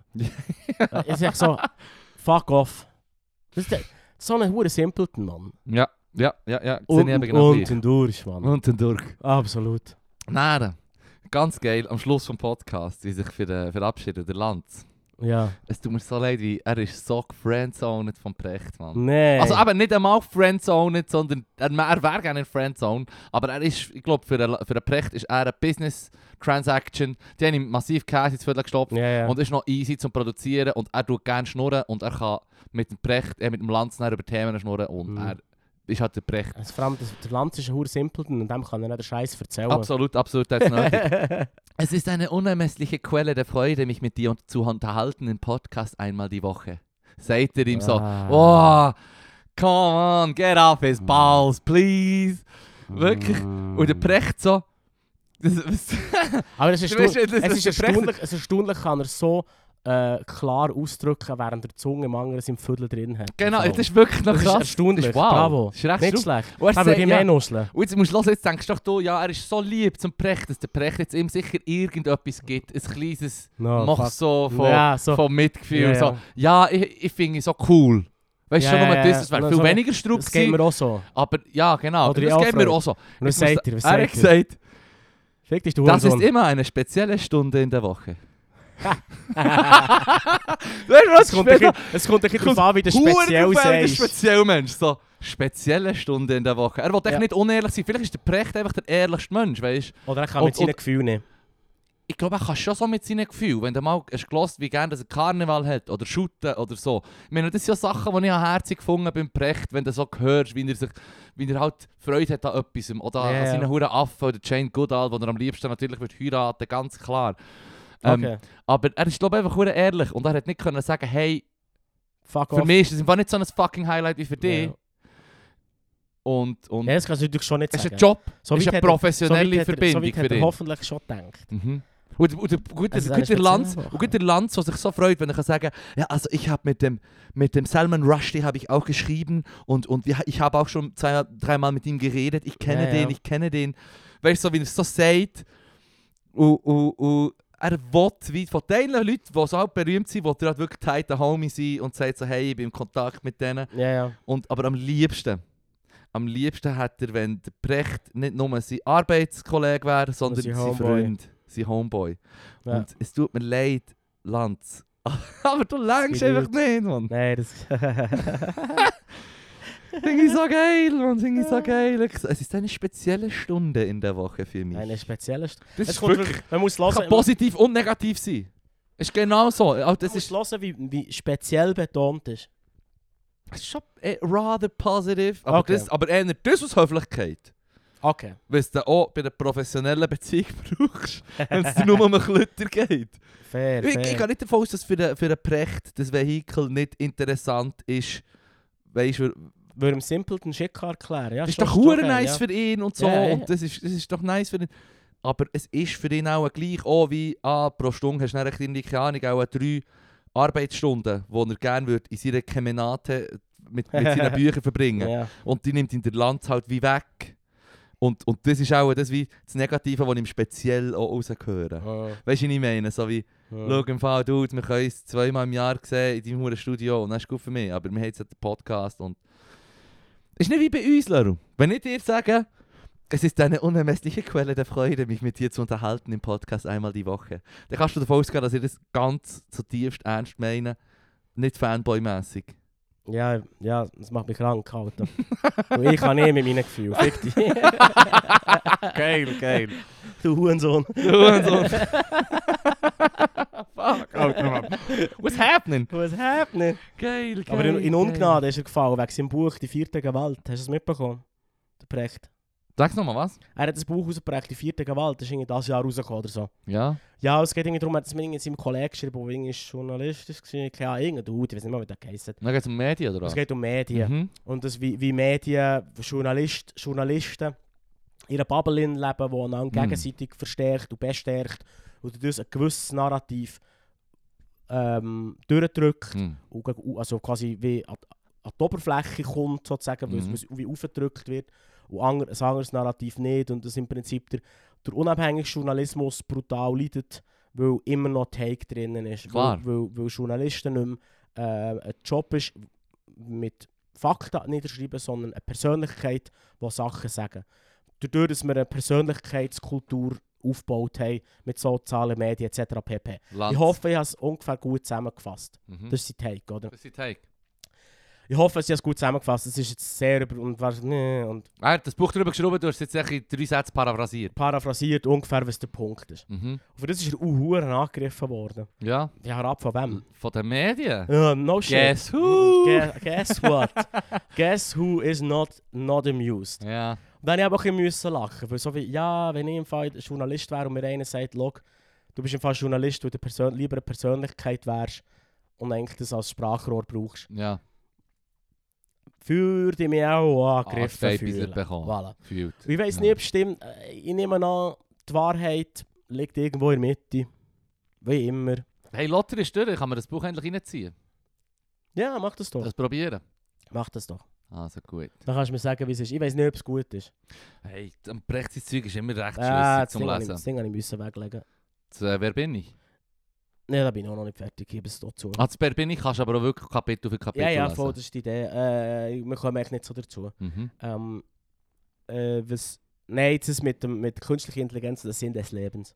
Äh, ich sag so, fuck off. Das ist der- so ein hure Simpleton, Mann.
Ja, ja, ja, ja. Sehe ich
Unten
eben genau gleich.
unten durch, Mann.
Unten durch.
Absolut.
Nähren. Ganz geil, am Schluss vom Podcast, wie sich für, äh, verabschiedet, der Lanz.
Ja.
Es tut mir so leid, wie er ist so gefriendzoned vom Precht, Mann.
Nee.
Also eben nicht einmal friendzoned, sondern er, er wäre gerne in Friendzone, aber er ist, ich glaube, für, den- für den Precht ist er eine Business-Transaction, die haben ihm massiv Käse ins Viertel gestopft
ja, ja.
und ist noch easy zum Produzieren und er tut gerne schnurren und er kann mit dem Precht, äh, mit dem Lanz dann über Themen schnurren und
Mhm.
er ist halt der Precht.
Also vor allem, das, der Lanz ist ein hure Simpleton und dem kann er nicht den Scheiß erzählen.
Absolut, absolut, das ist nötig. Es ist eine unermessliche Quelle der Freude, mich mit dir zu unterhalten im Podcast einmal die Woche. Seid ihr ihm so, oh,
Ah.
come on, get off his balls, please. Wirklich. Und
Mhm.
der Precht so, das, was,
Aber es ist,
Du weißt,
erstaun-
das- das
es ist
ist
erstaunlich, es ist erstaunlich, kann er so äh, klar ausdrücken, während der Zunge im anderen seinem Viertel drin hat.
genau,
Also,
das ist wirklich noch
das ist
krass.
erstaunlich.
Das ist wow.
Bravo.
Das ist recht
Nicht
schru-
schlecht.
Und er
Aber
sagt,
die
ja.
mehr nuscheln.
Und jetzt musst du hören, jetzt denkst doch du, ja, er ist so lieb zum Precht, dass der Precht jetzt ihm sicher irgendetwas gibt, ein kleines
No,
Mach
Oh, fuck.
so von...
Ja, so.
vom Mitgefühl.
Ja, ja.
So, ja, ich, ich finde es so cool. Weißt du,
Ja,
schon nur
ja, ja.
das, es wäre
Oder
viel
so-
weniger Strub
Das geht
gewesen.
mir auch so.
Aber ja, genau,
Oder die
das geht mir
Anfrage.
auch so.
Und was
Jetzt muss-
sagt ihr? Was
er hat
sagt ihr?
gesagt,
Fick dich, du
das ist
Hurensohn.
immer eine spezielle Stunde in der Woche. weißt du, was
Es kommt ein bisschen-
später?
es kommt ein bisschen
Kommt
darauf an, wie du
Speziell
speziell sagst.
speziell Mensch. So, spezielle Stunde in der Woche. Er will echt
Ja. Oh,
nicht unehrlich sein. Vielleicht ist der Precht einfach der ehrlichste Mensch, weißt du?
Oder er kann mit
Und-
seinen Gefühlen nicht.
ich glaube, er kann schon so mit seinen Gefühlen, wenn du mal hast gehört, wie gerne er Karneval hat oder Schutten oder so. Ich meine, das sind ja Sachen, die ich an Herzen gefunden habe beim Precht, wenn du so hörst, wie er, sich, wie er halt Freude hat an etwas. Oder
Ja,
an
ja.
seinen Huren Affen oder Jane Goodall, die er am liebsten natürlich wird heiraten, ganz klar. Ähm,
Okay.
Aber er ist, glaube ich, einfach verdammt ehrlich und er hat nicht können sagen, hey,
Fuck
für
off.
mich ist es einfach nicht so ein fucking Highlight wie für dich.
Ja.
Und, und
Ja, das kannst du natürlich schon nicht
es ist
sagen.
ein Job,
So
es
weit
ist eine
hat er- so
professionelle
weit hat er-
Verbindung
So weit
für
hat er
dich.
hoffentlich schon gedacht.
Mhm. Und, und, und, gut, also,
Also, das
gut,
ist
der
speziell
Lanz,
einfach.
und gut, der Lanz, der sich so freut, wenn er kann sagen ja, also ich habe mit dem, mit dem Salman Rushdie habe ich auch geschrieben und, und wir, ich habe auch schon zwei, dreimal mit ihm geredet, ich kenne
Ja, ja.
den, ich kenne den. Weißt du, so, wie er es so sagt. Und, und, und er will, wie von den Leuten, die so halt berühmt sind, will er halt wirklich tight der Homie sein und sagt so, hey, ich bin im Kontakt mit denen.
Ja, ja.
Und, aber am liebsten, am liebsten hat er, wenn der Precht nicht nur sein Arbeitskollege wäre, sondern
sein
sein,
Homeboy.
Freund, sein Homeboy.
Ja.
Und es tut mir leid, Lanz. aber du längst
geht
einfach nicht, Mann.
Nein, das.
Finde ich so geil, Mann. Finde ich so geil. Es ist eine spezielle Stunde in der Woche für mich.
Eine spezielle. St
das
Es
ist
kommt
wirklich,
wirklich- Also, Man muss
kann
hören, man
positiv und negativ sein. Ist genau so. Auch das
man muss
ist,
hören wie, wie speziell betont ist.
ist schon eh rather positive, aber,
Okay.
das, aber eher das aus Höflichkeit.
Okay.
Weil es dann auch bei einer professionellen Beziehung brauchst, wenn es dir nur um einen Klütter geht.
Fair,
Ich, ich
fair.
gehe nicht davon aus, dass für einen für eine Precht das Vehikel nicht interessant ist. Weißt du,
Würde dem Simpleton schick erklären. Ja,
das ist
schon-
doch
schon
hure
geil,
nice
ja.
für ihn und so.
Ja, ja.
Und das ist, das ist doch nice für ihn. Aber es ist für ihn auch gleich, auch wie ah, pro Stunde hast du dann irgendwie, keine Ahnung, auch drei Arbeitsstunden, die er gerne würde in seiner Kemenate mit, mit seinen Büchern verbringen.
Ja.
Und die nimmt in der Land halt wie weg. Und, und das ist auch das, wie das Negative, das ich ihm speziell auch rausgehöre. Weißt du, was ich meine? So wie, schau im Fall, Dude, wir können uns zweimal im Jahr sehen in deinem Huren Studio und das ist gut für mich. Aber wir haben jetzt halt den Podcast und. Ist nicht wie bei uns, Leru. Wenn ich dir sage, es ist eine unermessliche Quelle der Freude, mich mit dir zu unterhalten im Podcast einmal die Woche, dann kannst du davon ausgehen, dass ich das ganz zutiefst ernst meine. Nicht Fanboy-mässig.
Ja, ja, das macht mich krank, Alter. Und ich kann nicht mit meinen Gefühlen. Fick dich.
Geil, geil.
du Hurensohn.
Du und so. Fuck, Alter, Mann. What's happening?
Was happening?
Geil, geil.
Aber in, in
geil.
Ungnade ist er gefallen, wegen seinem Buch «Die vierte Gewalt». Hast du es mitbekommen? Der Precht.
Sag's nochmal was?
Er hat das Buch rausgebracht, «Die vierte Gewalt», das ist irgendwie dieses Jahr rausgekommen oder so.
Ja.
Ja, es geht irgendwie darum, er hat es mir irgendwie seinem Kollegen geschrieben, der irgendwie Journalist war, keine Ahnung, irgendein Dude, ich weiß nicht mehr, wie der heisst.
Dann geht's um Medien, oder?
Es geht um Medien.
Mhm.
Und das, wie, wie Medien, Journalist, Journalisten in einer Bubble leben, die einander
Mhm.
gegenseitig verstärkt und bestärkt und dadurch ein gewisses Narrativ ähm, durchdrückt
Mhm.
und geg- u- also quasi wie an, an die Oberfläche kommt, sozusagen, weil
Mhm.
es wie aufgedrückt wird und ander, ein anderes Narrativ nicht und dass im Prinzip der, der unabhängige Journalismus brutal leidet, weil immer noch Take drinnen ist,
Klar.
weil, weil, weil Journalisten nicht mehr äh, ein Job ist mit Fakten niederschreiben, sondern eine Persönlichkeit, die Sachen sagen. Dadurch, dass wir eine Persönlichkeitskultur aufgebaut haben mit sozialen Medien etc. pp.
Lanz.
Ich hoffe, ich habe es ungefähr gut zusammengefasst.
Mhm.
Das ist sein Take, oder?
Das ist die Take.
Ich hoffe, sie haben es gut zusammengefasst. Es ist jetzt sehr über und, was- nee, und
Er hat Ah, das Buch drüber geschrieben, du hast es jetzt echt in drei Sätze paraphrasiert.
paraphrasiert ungefähr, was der Punkt ist.
Mhm.
Und für das ist er uhuren angegriffen worden.
Ja.
Ja, herab von wem?
Von den Medien.
Ja, no shit.
Guess who?
Ge- Guess what? Guess who is not, not amused?
Ja.
Und dann habe ich aber ein bisschen lachen, weil so wie, ja, wenn ich im Fall Journalist wäre und mir einer sagt, «Log, du bist im Fall Journalist, weil du Persön lieber eine Persönlichkeit wärst und eigentlich das als Sprachrohr brauchst,
Ja.
würde ich mich auch
Griff
angegriffen fühlen.
bekommen.
Voilà.
Fühlt.
Ich weiß
Ja.
nicht, bestimmt. äh, Ich nehme an, die Wahrheit liegt irgendwo in der Mitte. Wie immer.
Hey, Lotter ist durch, kann man das Buch endlich reinziehen?
Ja, mach das doch.
Das probieren.
Mach das doch.
Also gut.
Dann kannst du mir sagen, wie es ist. Ich weiß nicht, ob es gut ist.
Hey, am Brechzeitzeug ist immer recht schlüssig
Ah, das
zum
Ding habe ich- das
Lesen.
Ding habe ich müssen weglegen.
Das, äh, wer bin ich?
Nein, da bin ich auch noch nicht fertig. Ich gebe es doch zu.
Ah, das Wer bin ich kannst du aber auch wirklich Kapitel für Kapitel
ja, ja,
lesen.
voll, das ist die Idee. Äh, wir kommen eigentlich nicht so dazu.
Mhm.
Ähm, äh, was, nein, jetzt ist mit, dem, mit künstlicher Intelligenz der Sinn des Lebens.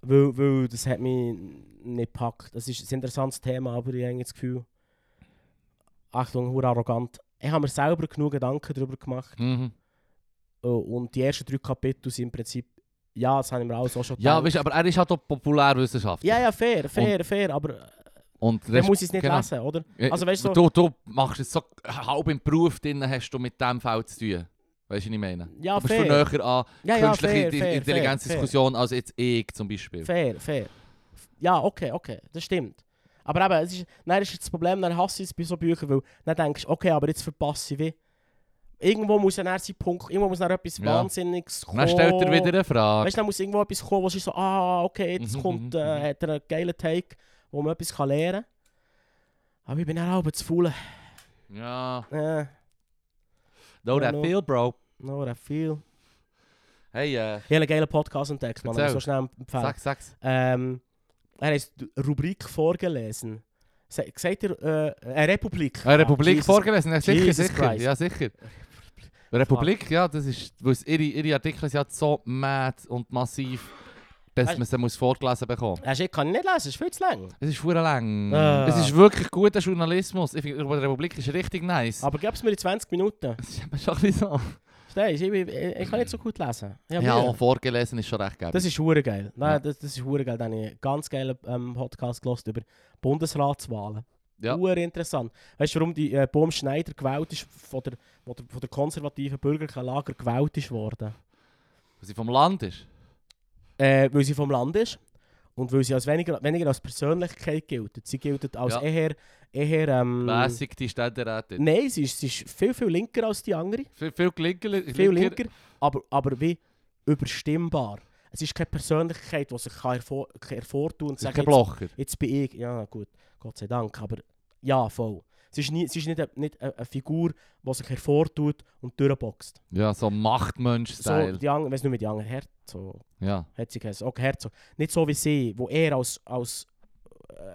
Weil, weil das hat mich nicht gepackt. Das ist ein interessantes Thema, aber ich habe das Gefühl, Achtung, hure arrogant. Ich habe mir selber genug Gedanken darüber gemacht.
Mhm.
Äh, Und die ersten drei Kapitel sind im Prinzip Ja, das habe ich mir auch so schon
Ja,
gedacht.
weißt, du, aber er ist halt auch Populärwissenschaftler.
ja, ja, fair, fair, fair, aber
Und
dann
Respe-
muss ich es nicht
genau.
lesen, oder?
Ja,
Also weißt du, so,
du, du machst es so halb im Beruf drin, hast du mit dem Feld zu tun. Weißt du, was ich meine?
ja,
du bist viel
Ah, fair.
näher an
Ja, ja,
künstliche
fair,
Di-
fair,
Intelligenzdiskussion als jetzt ich zum Beispiel.
Fair, fair. Ja, okay, okay, das stimmt. Aber eben, es ist, dann ist jetzt das Problem, dann hasse ich es bei so Büchern, weil dann denkst du, okay, aber jetzt verpasse ich wie. Irgendwo muss ja dann sein Punkt, irgendwo muss dann etwas
Ja.
Wahnsinniges
Und dann stellt er wieder eine Frage.
Oh. Weißt du, dann muss irgendwo etwas kommen, wo sie so, ah, okay, jetzt
Mhm,
kommt,
mhm,
äh,
mhm.
hat er einen geilen Take, wo man etwas kann lernen kann. Aber ich bin dann auch zu faul.
Ja,
Äh,
know that
Hallo.
feel, bro.
no, that feel.
Hey, äh,
Ich habe einen geilen Podcast entdeckt, man,
Erzähl.
so schnell empfehlen.
sag, sag's.
Ähm, er hat die Rubrik vorgelesen. Se- Sagt ihr, äh, eine Republik?
Eine Republik
Jesus.
vorgelesen, ja, sicher,
Jesus
sicher.
Christ.
Ja, sicher. Republik, ja, das ist, weil es ihre, ihre Artikel sind halt so mad und massiv, dass
Weißt-
man sie muss vorgelesen bekommen.
Hast du- Ich kann ihn nicht lesen, es ist viel zu lang.
Es ist verdammt lang.
Ah.
Es ist wirklich guter Journalismus. Ich finde, die Republik ist richtig nice.
Aber gib es mir in 20 Minuten.
Es ist eben schon ein bisschen so.
Verstehst du? Ich, bin- ich, ich kann nicht so gut lesen. Ich hab
Ja,
Mühe.
auch vorgelesen ist schon recht geil.
Das ist hure geil. Nou, Nein,
Ja.
das, das ist hure geil. Da habe ich einen ganz geilen ähm, Podcast gelost über Bundesratswahlen.
Ja.
Hure interessant. Weißt du, warum die äh, Boom Schneider gewählt ist, von der, von der, von der konservativen bürgerlichen Lager gewählt ist worden?
Was sie vom Land ist.
Äh, weil sie vom Land ist und weil sie als weniger, weniger als Persönlichkeit gilt. Sie gilt als
Ja.
eher. eher ähm,
Lässig, die Ständerätin.
Nein, sie ist, sie ist viel, viel linker als die andere.
Viel, viel linker.
Viel linker, aber, aber wie überstimmbar. Es ist keine Persönlichkeit, die sich kann hervor, hervortun und
Das ist
sagen,
kein
jetzt,
Blocher.
jetzt bin ich. Ja, gut, Gott sei Dank, aber ja, voll. Es ist, nie, es ist nicht, eine, nicht eine, eine Figur, die sich hervortut und durchboxt.
Ja, so
So,
Machtmensch-Style.
die andere, weiss nicht mehr, die andere Herzog,
Ja.
hat sie geheißen. Okay, Herzog. Nicht so wie sie, wo er als, als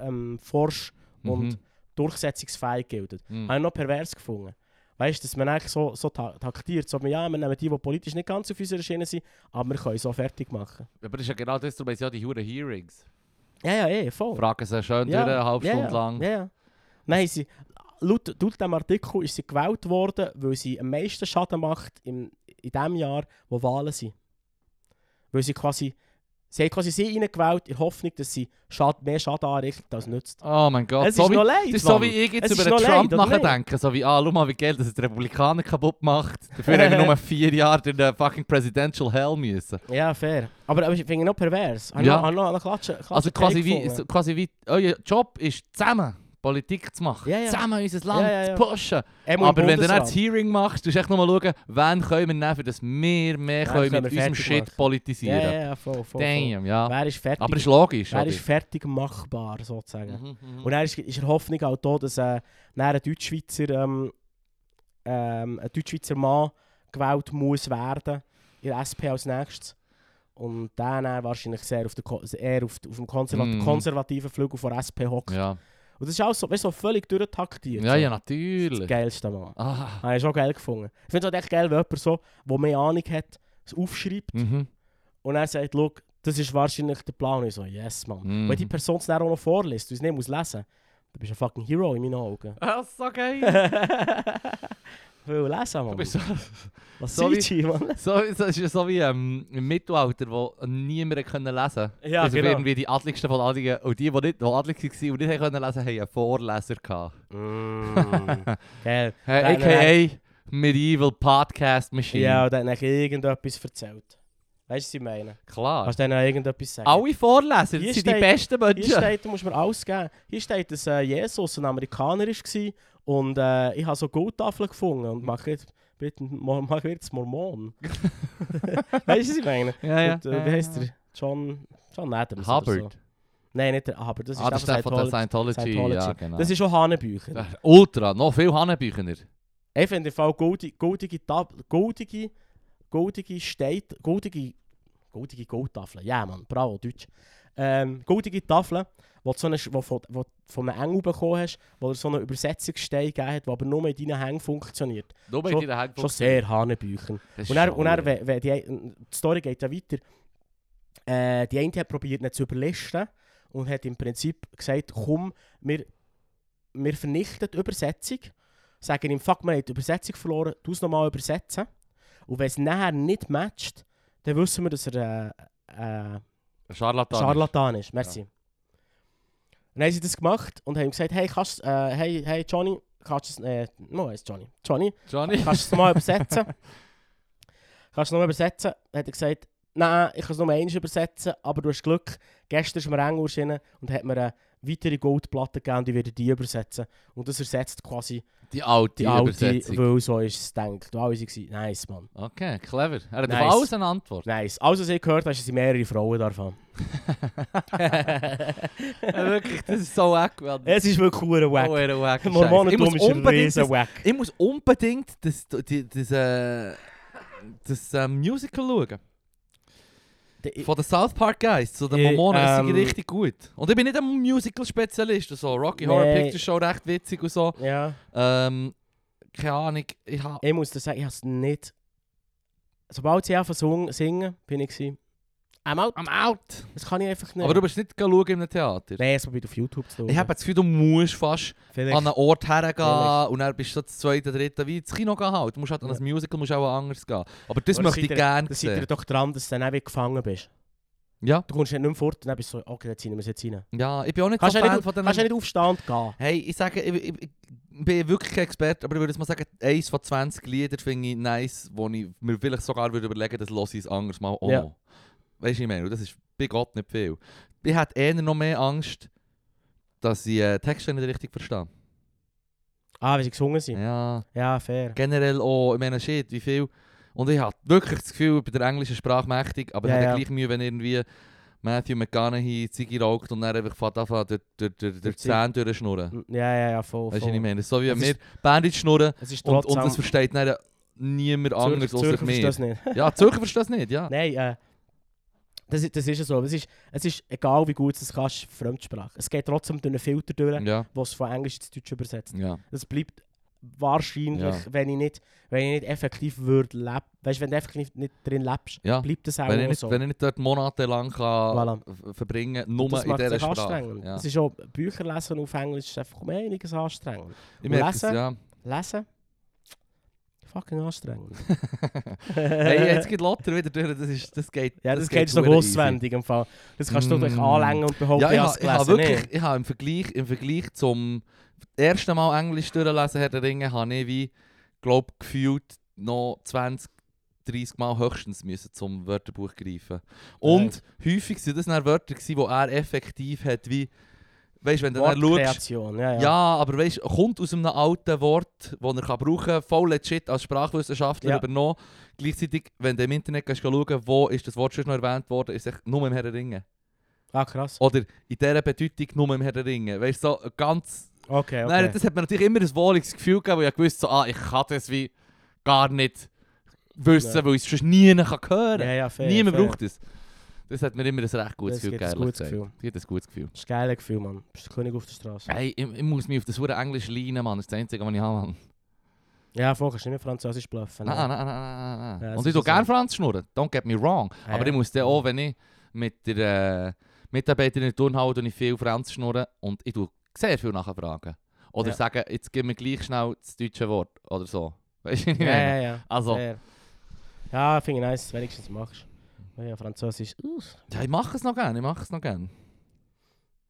ähm, forsch und
Mhm.
durchsetzungsfähig gilt.
Mhm.
Habe ich noch pervers gefunden. Weißt du, dass man eigentlich so, so ta taktiert, so, ja, wir nehmen die, die politisch nicht ganz auf unserer Schiene sind, aber wir können so fertig machen.
Aber das ist ja genau das, darum haben sie ja die Huren Hearings.
Ja, ja, eh, voll.
Fragen sie schön
ja,
durch, eine halbe
ja,
Stunde
ja,
lang.
Ja, ja. Nein, sie, laut, laut diesem Artikel ist sie gewählt worden, weil sie am meisten Schaden macht im, in dem Jahr, wo Wahlen sind. Weil sie quasi, sie hat quasi sie reingewählt in der Hoffnung, dass sie Schad, mehr Schaden anrichtet als nützt.
Oh mein Gott.
es
so
ist
wie,
noch leid,
das ist so
Mann.
wie ich jetzt
Es
über
ist
den
noch
Trump
leid, oder nicht?
nachdenke. So wie, ah, schau mal, wie geil, dass es die Republikaner kaputt macht. Dafür haben wir nur vier Jahre durch den fucking Presidential Hell müssen.
Ja, fair. Aber, aber ich finde ihn noch pervers. Habe
Ja.
noch, habe noch einen Klatsche, Klatsche
Also quasi
Take
wie,
gefunden.
so- quasi wie, euer Job ist zusammen Politik zu machen.
Ja, ja.
Zusammen unser Land
Ja, ja, ja.
zu pushen.
Er muss im
Aber wenn du dann
Bundesrat.
das Hearing machst, musst du echt nochmal schauen, wen können wir nehmen, für das wir mehr
Wen
können
können
mit
wir
unserem
fertig
Shit
machen?
politisieren.
Ja, ja, ja, voll, voll. voll.
Damn, ja.
Wer ist fertig?
Aber ist logisch,
wer
oder?
ist fertig machbar, sozusagen.
Mhm, mhm.
Und dann ist, ist er Hoffnung auch da, dass äh, dann ein Deutschschweizer, ähm, ähm, ein Deutschschweizer Mann gewählt muss werden, in der SP als nächstes. Und dann, dann wahrscheinlich sehr auf, der Ko eher auf, auf dem Konservat
Mhm.
konservativen Flügel von SP hockt.
ja.
Und das ist auch so, weißt, du, so völlig durchtaktiert.
ja,
so.
ja,
Das ist das
natürlich.
geilste Mann.
Ah.
Habe ich schon geil gefunden. Ich finde es halt echt geil, wenn jemand so, der mehr Ahnung hat, es aufschreibt.
Mhm.
Und er sagt, «Schau, das ist wahrscheinlich der Plan. Und ich so, yes, Mann.
Mhm.
Wenn die Person es dann auch noch vorliest und es nicht muss lesen, dann bist du ein fucking Hero in meinen Augen.
Das Ah, ist so geil.
Will lesen,
Du
Mann.
bist so,
Was
so
sagst du, Mann?
so, so, ist ja so wie ähm, im Mittelalter, wo niemand konnte lesen konnte.
Ja,
also
genau.
irgendwie die Adligsten von Adligen. Und die, die nicht die adlig waren und nicht haben können lesen konnten, haben einen Vorleser gehabt.
Mm.
Äh,
Geil. Nein, nein,
AKA Medieval Podcast Machine.
Ja, und dann hat irgendetwas erzählt. Weißt du, was ich meine?
Klar.
Kannst du denen irgendetwas sagen?
Alle Vorleser,
Hier
das sind die
steht-
besten
Hier
Menschen.
steht, da muss man alles geben. Hier steht, dass äh, Jesus ein Amerikaner war und äh, ich habe so Goldtafeln gefunden und mache jetzt, bitte, mo- mach jetzt Mormon. weißt du, was ich meine?
Ja, ja. Ah,
Und, äh, wie heißt der? John, John Adams. oder
Hubbard.
So. Nein, nicht der Hubbard. Das ist
Ah, das ist
der
der von der
von Scientology.
Scientology.
Scientology.
Ja, genau.
Das ist schon Hanebücher.
Äh, Ultra, noch viel Hanebüchener.
Ich finde im Fall goldige, goldige, Tab- goldige, goldige Steit, goldige, goldige Goldtafeln. Ja, Mann, bravo, Deutsch. Ähm, goldige Tafeln, die du so eine, wo, von- wo, du von einem Engel bekommen hast, wo dir so einen Übersetzungsstein gegeben hat, der aber nur in deinen Hängen funktioniert.
Du bist
Schon-
in der Hand.
Schon sehr Hanebüchen. Und er, und er, wenn, wenn die, die Story geht ja weiter. Äh, die eine hat probiert, ihn zu überlisten und hat im Prinzip gesagt, komm, wir, wir vernichten die Übersetzung, sagen ihm, fuck, wir haben die Übersetzung verloren, tu es nochmal übersetzen. Und wenn es nachher nicht matcht, dann wissen wir, dass er äh, äh,
Charlatan.
Scharlatan ist. Merci. Dann haben sie das gemacht und haben gesagt, hey, kannst, äh, hey, hey Johnny, kannst du es, äh, no, heißt Johnny, Johnny,
Johnny.
kannst du es mal übersetzen? kannst du es mal übersetzen? Hat er gesagt, nein, ich kann es nur eins übersetzen, aber du hast Glück, gestern ist mir Engel erschienen und hat mir eine weitere Goldplatte gegeben und ich werde die übersetzen. Und das ersetzt quasi
Die alte
die alte,
Übersetzung.
weil so ist es gedacht. Und alle waren, nice, Mann.
Okay, clever. Er hat
Nice.
auf alles eine Antwort.
Nice. Alles, was ich gehört habe, sind mehrere Frauen davon.
Ja, wirklich, das ist so wack. Well,
Es ist wirklich hure wack.
Huere Oh, wack. Ich
Mormonentum
muss
ist ein
unbedingt
riesen
das,
wack.
ich muss unbedingt das, die- das, äh, das äh, Musical schauen. Von den South Park Guys zu den
Ich,
Mormonen. Das
ähm,
ist richtig gut. Und ich bin nicht ein Musical-Spezialist. und So. Rocky Horror
Nee.
Picture Show recht witzig und so.
Ja,
Ähm, keine Ahnung. Ich habe
ich muss dir sagen, ich habe es nicht... Sobald sie einfach singen, bin ich gewesen. I'm out.
I'm out.
Das kann ich einfach nicht.
Aber du bist nicht schauen im Theater.
Nein, es probiert auf YouTube zu schauen.
Ich habe das Gefühl, du musst fast
Vielleicht.
an einen Ort hergehen
Vielleicht.
und dann bist du so das zweite, dritte, wie ins Kino gehen halt. Du musst halt an
Ja.
das Musical musst auch anders gehen. Aber das
Oder
möchte ich
seid ihr-
gerne
Dann seid ihr
sehen.
doch dran, dass du dann auch wieder gefangen bist.
Ja,
Du kommst nicht mehr fort und dann bist du so, okay, jetzt ziehen wir es jetzt rein.
ja, ich bin auch nicht
Kannst
so
du ja
Fan
nicht,
von den...
kannst ja nicht auf Stand gehen.
Hey, ich sage, ich, ich, ich bin wirklich kein Experte, aber ich würde jetzt mal sagen, eins von 20 Lieder finde ich nice, wo ich mir vielleicht sogar würde überlegen würde, das lasse ich es anders mal auch
Ja.
noch. Weißt du, ich meine, das ist bei Gott nicht viel. Ich hätte eher noch mehr Angst, dass ich äh, Texte nicht richtig verstehe.
Ah, weil sie gesungen sind.
Ja,
Ja, fair.
generell auch, ich meine, shit, wie viel. Und ich habe wirklich das Gefühl, ich bin der englischen Sprache mächtig, aber ich
Ja,
habe
ja.
gleich Mühe, wenn irgendwie Matthew McConaughey Ziggy raucht und dann einfach fährt anfangen, durch, durch, durch, durch
Durch
die
die-
Zähne durchschnurren.
Ja, ja, ja, voll.
Weißt du,
voll.
was ich meine? So wie
Es
wenn wir
ist-
Bandit schnurren
Es ist
und,
trotzdem...
und das versteht dann niemand
Zürcher-
anders
Zürcher
außer
versteht
mir.
das nicht.
Ja, Zürcher versteht das nicht, ja.
Nein, äh, das, ist- das ist ja so. Es ist, es ist egal, wie gut du es kannst, Fremdsprache. Es geht trotzdem durch einen Filter durch,
Ja,
was von Englisch ins Deutsche übersetzt.
ja.
Es bleibt wahrscheinlich,
Ja.
wenn, ich nicht, wenn ich nicht effektiv würde leben. Weißt du, wenn du effektiv nicht drin lebst,
Ja.
bleibt das auch
Wenn ich, nicht,
so.
wenn ich nicht dort monatelang kann
Voilà.
f- verbringen kann, nur
das
in
macht
dieser
es
Sprache.
anstrengend.
Ja.
Es ist auch Bücher lesen auf Englisch ist einfach um einiges anstrengend.
Ich merke es,
Lesen?
ja.
Lesen? Fucking anstrengend.
Hey, jetzt geht Lotter wieder durch, das, ist, das geht
ja, das, kennst du doch
verdammt
auswendig im Fall. Das kannst du
Mm.
doch anlängen und
easy.
behaupten,
Ja, ich,
ich
ha-
habe es
ich habe
gelesen.
wirklich,
Nee.
ich habe im Vergleich, im Vergleich zum ersten Mal Englisch durchlesen, Herr der Ringe, habe ich wie, glaube gefühlt noch 20, 30 Mal höchstens müssen zum Wörterbuch greifen. Und häufig sind das dann Wörter gewesen, die er effektiv hat, wie, weißt du, wenn du dann schaust,
Wortkreation, ja,
ja.
ja.
aber weißt du, kommt aus einem alten Wort, das er kann brauchen kann, voll legit als Sprachwissenschaftler
Ja.
übernommen. Gleichzeitig, wenn du im Internet gehst, schauen, wo ist das Wort schon noch erwähnt worden, ist es echt nur im Herr der Ringe.
Ah, krass.
Oder in dieser Bedeutung nur im Herr der Ringe. Weißt du, so ganz...
Okay, okay.
Nein, das hat mir natürlich immer ein wohliges Gefühl gegeben, weil ich gewusst so, ah, ich kann das wie gar nicht wissen,
Nein.
weil ich es sonst nie hören kann.
ja, ja, fair,
Niemand
fair.
braucht es. Das hat mir immer ein recht gutes
Das
Gefühl
gibt ein
gegeben.
gutes
ehrlich gesagt. Gibt ein gutes Gefühl.
Das ist ein geiles Gefühl, Mann. Bist der König auf der Straße.
Hey, ich, ich muss mich auf das verdammte Englisch leinen, Mann. Das ist das Einzige, was ich habe, Mann.
Ja, vorher kannst du nicht mehr Französisch bluffen.
Nein,
ne?
nein, nein, nein, nein,
Ja,
nein.
das
Und
ist
ich tue
so.
gerne Franz schnurren, don't get me wrong.
Ja,
Aber
ja.
ich muss dann auch, wenn ich mit der äh, Mitarbeiterin in der Turnhalle tue ich viel Franz schnurren und ich tue sehr viel nachfragen. Oder
Ja.
sagen, jetzt gib mir gleich schnell das deutsche Wort oder so. Weißt du, was ich
Ja,
meine?
ja, ja.
Also,
Fair. Ja, finde ich nice, wenigstens machst du. Ja, Französisch. Uff.
ja, ich mache es noch gerne, ich mache es noch gerne.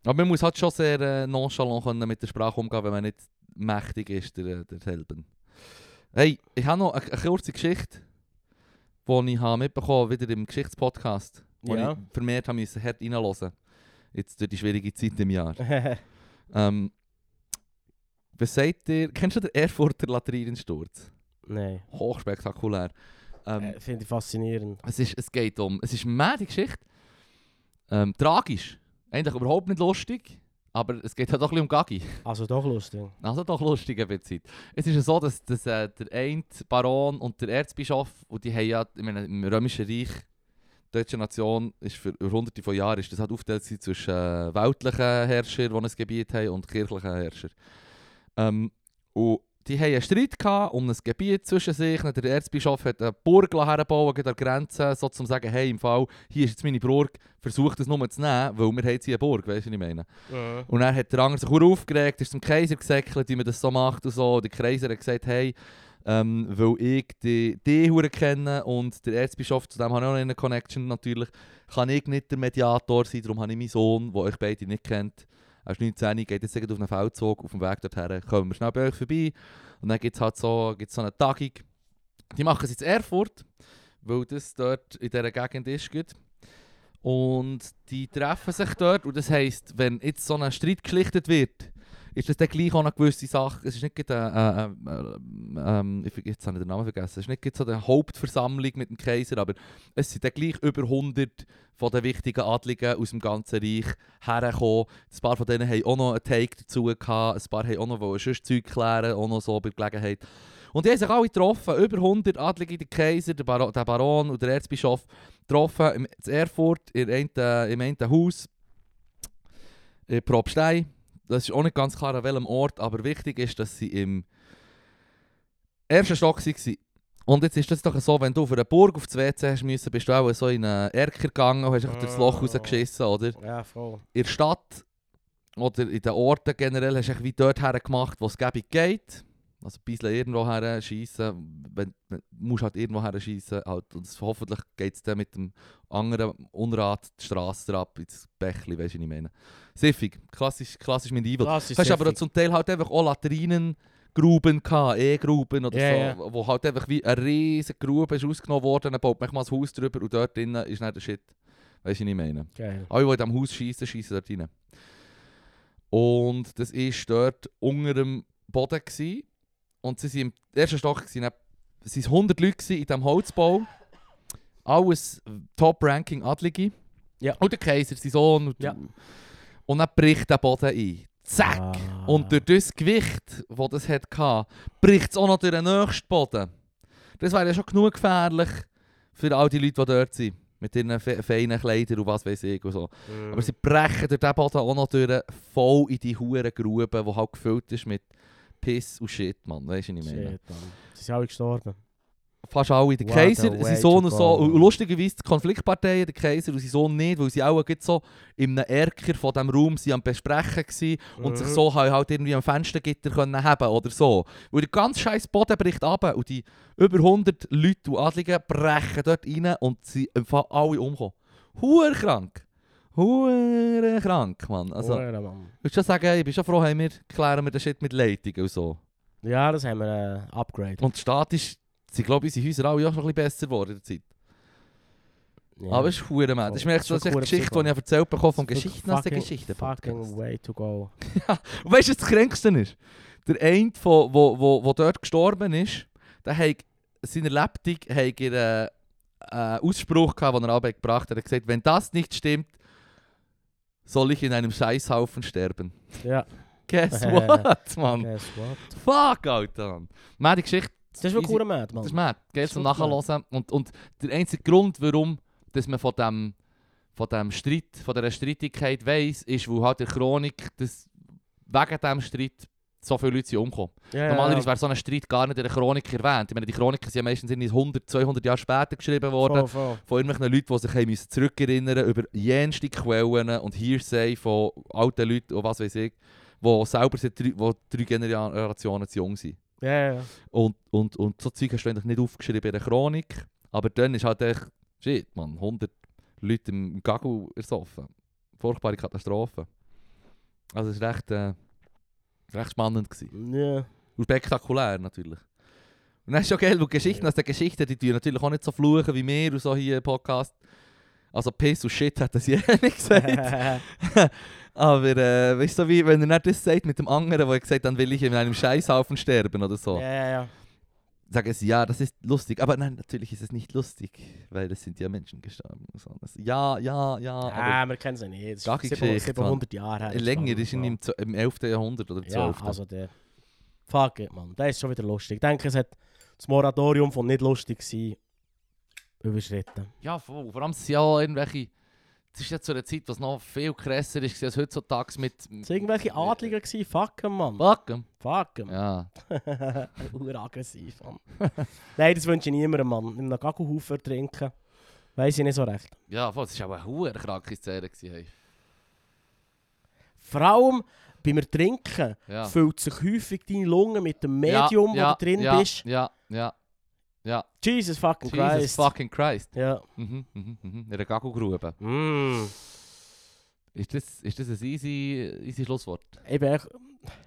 Aber man muss halt schon sehr äh, nonchalant können mit der Sprache umgehen, wenn man nicht mächtig ist, der, äh, der Helden. Hey, ich habe noch eine, eine kurze Geschichte, die ich habe mitbekommen wieder im Geschichtspodcast, wo
Ja.
ich vermehrt habe müssen, hart reinhören. Jetzt durch die schwierige Zeit im Jahr. Ähm, was sagt ihr, kennst du den Erfurter Latrinensturz?
Nein.
Hochspektakulär. Ähm,
Äh, Finde ich faszinierend.
Es, ist, es geht um. Es ist eine mäde Geschichte. Ähm, tragisch. Eigentlich überhaupt nicht lustig. Aber es geht halt auch ein bisschen um Gagi.
Also doch lustig.
Also doch lustig ein bisschen. Es ist ja so, dass, dass äh, der eine Baron und der Erzbischof, und die haben ja ich meine, im Römischen Reich, die deutsche Nation, ist für über hunderte von Jahren, ist das halt aufgeteilt gewesen zwischen äh, weltlichen Herrschern, die ein Gebiet haben, und kirchlichen Herrschern. Ähm, und die haben einen Streit gehabt um ein Gebiet zwischen sich. Und Der Erzbischof hat eine Burg herbauen an der Grenze, so zum sagen, hey, im Fall, hier ist jetzt meine Burg, versucht das nur zu nehmen, weil wir haben jetzt hier eine Burg, weißt du, was ich meine? Und dann hat der andere sich verdammt aufgeregt, ist zum Kaiser gesäckelt, wie man das so macht und so. Und der Kaiser hat gesagt, hey, Ähm, weil ich die, die Hure kenne und der Erzbischof, zu dem habe ich auch noch eine Connection natürlich, kann ich nicht der Mediator sein, darum habe ich meinen Sohn, der euch beide nicht kennt. Er ist 19, geht jetzt irgendwie auf einen Feldzug, auf dem Weg dorthin, kommen wir schnell bei euch vorbei. Und dann gibt es halt so, gibt's so eine Tagung. Die machen es jetzt in Erfurt, weil das dort in dieser Gegend ist. Gerade. Und die treffen sich dort und das heisst, wenn jetzt so ein Streit geschlichtet wird, ist das dann gleich auch eine gewisse Sache. Es ist nicht gerade eine, äh, äh, ähm, ich, ver- jetzt habe ich den Namen vergessen, es ist nicht gerade so eine Hauptversammlung mit dem Kaiser, aber es sind dann gleich über 100 von den wichtigen Adligen aus dem ganzen Reich hergekommen. Ein paar von denen haben auch noch einen Take dazu gehabt, ein paar haben auch noch wollen sonst Zeug klären, auch noch so bei Gelegenheit. Und die haben sich alle getroffen, über 100 Adlige, der Kaiser, der, Baro- der Baron und der Erzbischof, getroffen im- in Erfurt, in einem, im einen Haus, in Probstei. Das ist auch nicht ganz klar an welchem Ort, aber wichtig ist, dass sie im ersten Stock waren. Und jetzt ist das doch so, wenn du auf einer Burg auf das WC hast müssen, bist du auch so in einen Erker gegangen und hast einfach durchs Loch
Oh.
rausgeschissen, oder?
Ja, Frau.
in der Stadt oder in den Orten generell hast du echt wie dort gemacht, wo es gäbig geht. Also ein bisschen irgendwo her schiessen, wenn, wenn, musst halt irgendwo her schiessen. Halt. Und es- hoffentlich geht es dann mit dem anderen Unrat die Straße ab ins Bächli, weißt du, was ich meine. Siffig, klassisch, klassisch medieval.
Das
Du hast aber auch zum Teil halt einfach auch Latrinengruben gehabt, E-Gruben oder
Ja, ja.
so, wo- wo halt einfach wie eine riesige Grube ist ausgenommen worden, dann baut man mal ein Haus drüber und dort drinnen ist dann der Shit. Weißt du, was ich meine?
Geil.
Alle, die in diesem Haus schießen, schießen dort rein. Und das war dort unter dem Boden. Gewesen. Und sie waren im ersten Stock. Gewesen. Dann- Es waren 100 Leute gewesen in diesem Holzbau. Alles Top-Ranking Adlige.
Ja.
Und der Kaiser, sein Sohn. Und,
Ja.
und dann bricht der Boden ein. Zack!
Ah.
Und durch das Gewicht, das das hatte, bricht es auch noch durch den nächsten Boden. Das wäre ja schon genug gefährlich für all die Leute, die dort sind. Mit ihren fe feinen Kleidern und was weiß ich und so.
Mhm.
Aber sie brechen durch den Boden auch noch durch, voll in die hure Grube, die halt gefüllt ist mit Piss und Shit, Mann. Weißt du, was ich meine?
Shit, Mann. Sie sind alle gestorben.
Fast alle. Der
What
Kaiser,
a
sein
way
Sohn
to
und so.
go.
Und lustigerweise die Konfliktparteien, der Kaiser und sein Sohn nicht, weil sie auch gerade so in einem Erker von diesem Raum sie am Besprechen waren und
Mhm.
sich so halt halt irgendwie am Fenstergitter können haben oder so. Weil der ganze scheiß Boden bricht ab und die über 100 Leute und Adligen brechen dort rein und sie einfach alle umkommen. Huer krank. Huer krank, Mann. Also,
Hure, Mann.
Würdest du schon sagen, ich bin schon froh, haben wir klären wir den Shit mit Leitungen und so.
Ja, das haben wir äh, upgrade.
Und statisch sind, glaube ich, unsere Häuser alle auch noch ein bisschen besser geworden in der Zeit.
Ja.
Aber es ist verdammt, man. Das ist mir echt so
Schon
eine
cool,
Geschichte, die
Psycho.
ich erzählt bekomme vom
Das ist
Geschichten aus der
fucking-
Geschichte.
Fucking way to go.
Und weißt du, was das Kränkste ist? Der eine, der wo, wo, wo dort gestorben ist, der hat seiner Lebtung hat er, äh, einen Ausspruch gehabt, den er abends gebracht hat. Er hat gesagt, wenn das nicht stimmt, soll ich in einem Scheißhaufen sterben.
Ja,
Guess what, Mann?
guess what?
Fuck, Alter, Mann. Man, die Geschichte,
Das ist wirklich
Easy.
cool, Mann.
das ist mad. Geht zum
wirklich
Nachhören. Und, und der einzige Grund, warum dass man von dem, von dem Streit, von dieser Streitigkeit weiss, ist, weil halt der Chronik das, wegen diesem Streit so viele Leute sind umgekommen.
Ja, ja,
Normalerweise
ja.
wäre so ein Streit gar nicht in der Chronik erwähnt. Ich meine, die Chroniken sind ja meistens irgendwie 100, 200 Jahre später geschrieben worden.
Voll, voll.
Von irgendwelchen Leuten, die sich haben müssen zurückerinnern über jenste Quellen und Hearsay von alten Leuten und was weiß ich, die selber seit drei, wo drei Generationen zu jung sind.
Ja, ja, ja.
Und, und, und so Zeug hast du eigentlich nicht aufgeschrieben in der Chronik. Aber dann ist halt echt, shit, man, 100 Leute im Gagel ersoffen. Furchtbare Katastrophe. Also es war recht, äh, recht spannend. Gewesen.
Ja.
Und spektakulär natürlich. Und das ist schon geil, weil die Geschichten aus der Geschichte, die tun natürlich auch nicht so fluchen wie wir und so hier im Podcast. Also Piss und Shit hat das ja nicht gesagt. Aber äh, weißt du, wie, wenn er nicht das sagt mit dem anderen, wo er gesagt hat, dann will ich in einem Scheißhaufen sterben oder so.
Ja, ja, ja.
sagen sie, ja, das ist lustig. Aber nein, natürlich ist es nicht lustig, weil es sind ja Menschen gestorben. und so. Das- Ja, ja, ja. Aber
Ah, wir kennen sie nicht. Das
Starke
ist sieben-
Geschichte,
700 Jahre her.
länger ist in
Mann.
im, Z- im 11. Jahrhundert oder 12.
Ja, also der... Fuck it, Mann. Der ist schon wieder lustig. Ich denke, es hat das Moratorium von nicht lustig sein überschritten.
ja voll. vor allem es sind ja auch irgendwelche. Es ist ja zu einer Zeit, was noch viel krasser ist als heutzutage mit.
Es waren irgendwelche Adliger, gewesen. fuck 'em, Mann.
Backen.
Fuck 'em.
Ja.
Uraggressiv, Mann. Nein, das wünsche ich niemandem, Mann. In einem Gagelhaufen trinken. Weiß ich nicht so recht.
Ja, voll. Es war auch eine hohe kranke Szene. gewesen, Hey.
Vor allem, beim Ertrinken
Ja.
füllt sich häufig deine Lunge mit dem Medium,
ja,
wo du drin
ja,
bist.
Ja, ja.
Jesus fucking
Jesus
Christ.
fucking Christ.
Ja.
Mhm, mhm, mhm. In der Gagelgrube.
Mm.
Ist das, ist das ein easy, easy Schlusswort?
Eben, echt,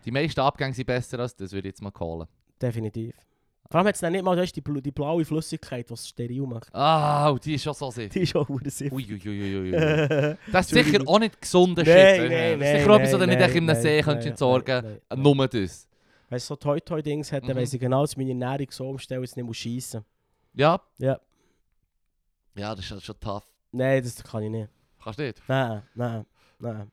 Die meisten Abgänge sind besser als das, würde ich jetzt mal callen.
definitiv. Vor allem hat es dann nicht mal weißt, du, die, bl die blaue Flüssigkeit, die es steril macht.
Ah, und die ist schon so sick.
Die ist auch verdammt sick.
Uiuiuiui.
Nein,
Das ist sicher auch nicht gesunder Shit. äh.
nein,
Das ist
nein.
sicher etwas, was du
nein,
nicht echt in
nein,
einem See
nein,
könntest
nein,
entsorgen
nein, nein.
Nur das.
Weißt du, so Toi-Toi-Dings hat, dann
Mhm.
weiss ich genau, dass meine Ernährung so umstellen, dass ich nicht schiessen muss.
Ja?
Ja.
Ja, das ist halt schon- schon tough.
Nein, das kann ich nicht.
Kannst du nicht?
Nein, nein, nein.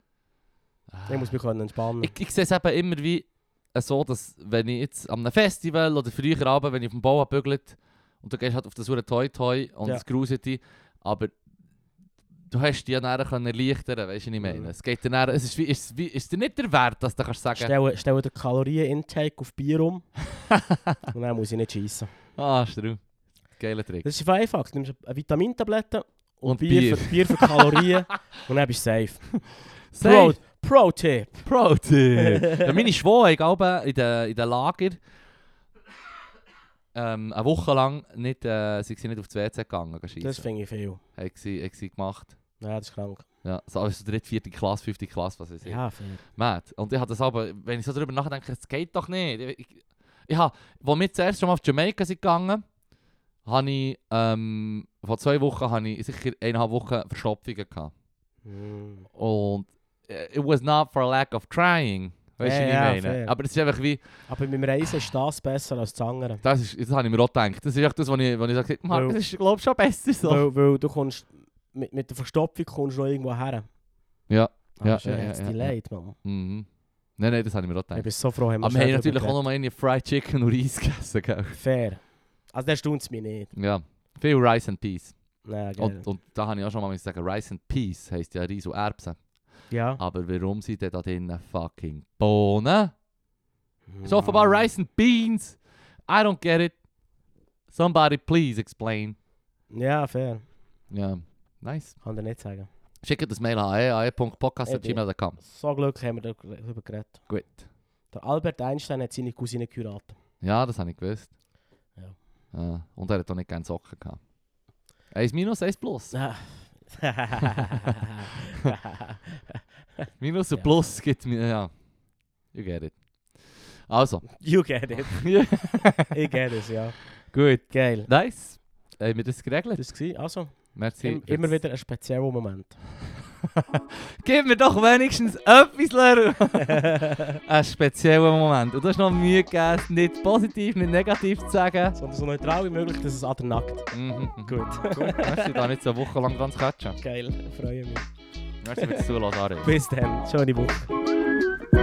Ich muss mich können entspannen.
Ich, ich sehe es eben immer wie äh, so, dass wenn ich jetzt am Festival oder früher Abend, wenn ich auf dem Bau bügelt und du gehst halt auf das Uhr Toi Toi und
Ja.
das gruselt aber du hast die ja nachher können erleichtern, weißt du, was ich meine?
Mhm.
Es geht dann nachher, es ist wie, ist, wie, ist dir nicht der Wert, dass du kannst sagen,
Stell, stell den Kalorien-Intake auf Bier um. und dann muss ich nicht schiessen.
ah, ist true. Geiler Trick.
Das ist einfach. Du nimmst eine Vitamintablette und,
Und
Bier,
Bier.
Für, Bier für Kalorien. und dann bist du safe.
Safe.
Pro, Pro-Tipp.
Pro-Tipp. ja, meine Schwester hat auch in den in den Lager ähm, eine Woche lang nicht, äh, sie sind nicht auf die WC gegangen.
Das
schiessen.
finde ich viel.
Hat sie, hat sie gemacht.
Ja, das ist krank.
Ja, so alles so dritte, vierte Klasse, fünfte Klasse, was weiß ich.
Ja, fair.
Mad. Und ich habe das aber, wenn ich so darüber nachdenke, das geht doch nicht. Ich, ich, ich hab, wo wir zuerst schon mal auf Jamaika sind gegangen, habe ich, ähm, vor zwei Wochen habe ich sicher eineinhalb Wochen Verstopfungen gehabt.
Mm.
Und äh, it was not for lack of trying. Weißt du,
Ja,
wie ich
ja,
meine?
fair.
Aber es ist einfach wie,
Aber beim Reisen ist das besser als das andere.
das, ist, das habe ich mir auch gedacht. Das ist echt das, was ich, was ich sage, Mann,
Weil-
das ist, glaube ich, schon besser so.
Weil, weil du kommst mit, mit der Verstopfung kommst du noch irgendwo her.
Ja,
Aber
ja,
es ist
ja, ja,
jetzt
ja,
delayed, Mann.
mhm. Nein, nein, das habe ich mir auch
Ich
gedacht.
bin so froh, haben wir
Aber wir
schnell
haben natürlich
drüber
auch noch mal eine Fried Chicken und Reis gegessen, gell?
geredet. Fair. Also der stund es mich nicht.
Ja, viel Rice and Peas.
Nein, geil.
Und, und da habe ich auch schon mal müssen sagen, Rice and Peas heisst ja Reis und Erbsen.
ja.
Aber warum sind denn da drinnen fucking Bohnen? It's offenbar
Mann.
Rice and Beans. I don't get it. Somebody please explain.
Ja, fair.
Ja, nice.
Kann dir nicht sagen.
Schickt das Mail an ae.podcast.gmail.com.
So Glück haben wir darüber geredet.
Gut.
Der Albert Einstein hat seine Cousine geheiratet.
Ja, das habe ich gewusst.
Ja.
Ah, und er hat auch nicht gerne Socken gehabt. 1 minus, 1 plus.
Ah.
Minus
Ja.
und plus gibt mir, ja. You get it. Also.
you get it. Ich get es, ja.
Gut.
Geil.
Nice. Haben wir das geregelt?
Das war also
Merci.
im, immer wieder ein spezieller Moment.
Gib mir doch wenigstens etwas, Leru. Ein spezieller Moment. Und du hast noch Mühe gegeben, es nicht positiv, nicht negativ zu sagen.
Sondern so neutral wie möglich, dass es an der Nackt.
Mhm.
Gut.
Gut, merci, da nicht so eine Woche lang dran zu quatschen.
Geil. Freue mich.
Merci fürs Zuhören, Ari.
Bis dann. Schöne Woche.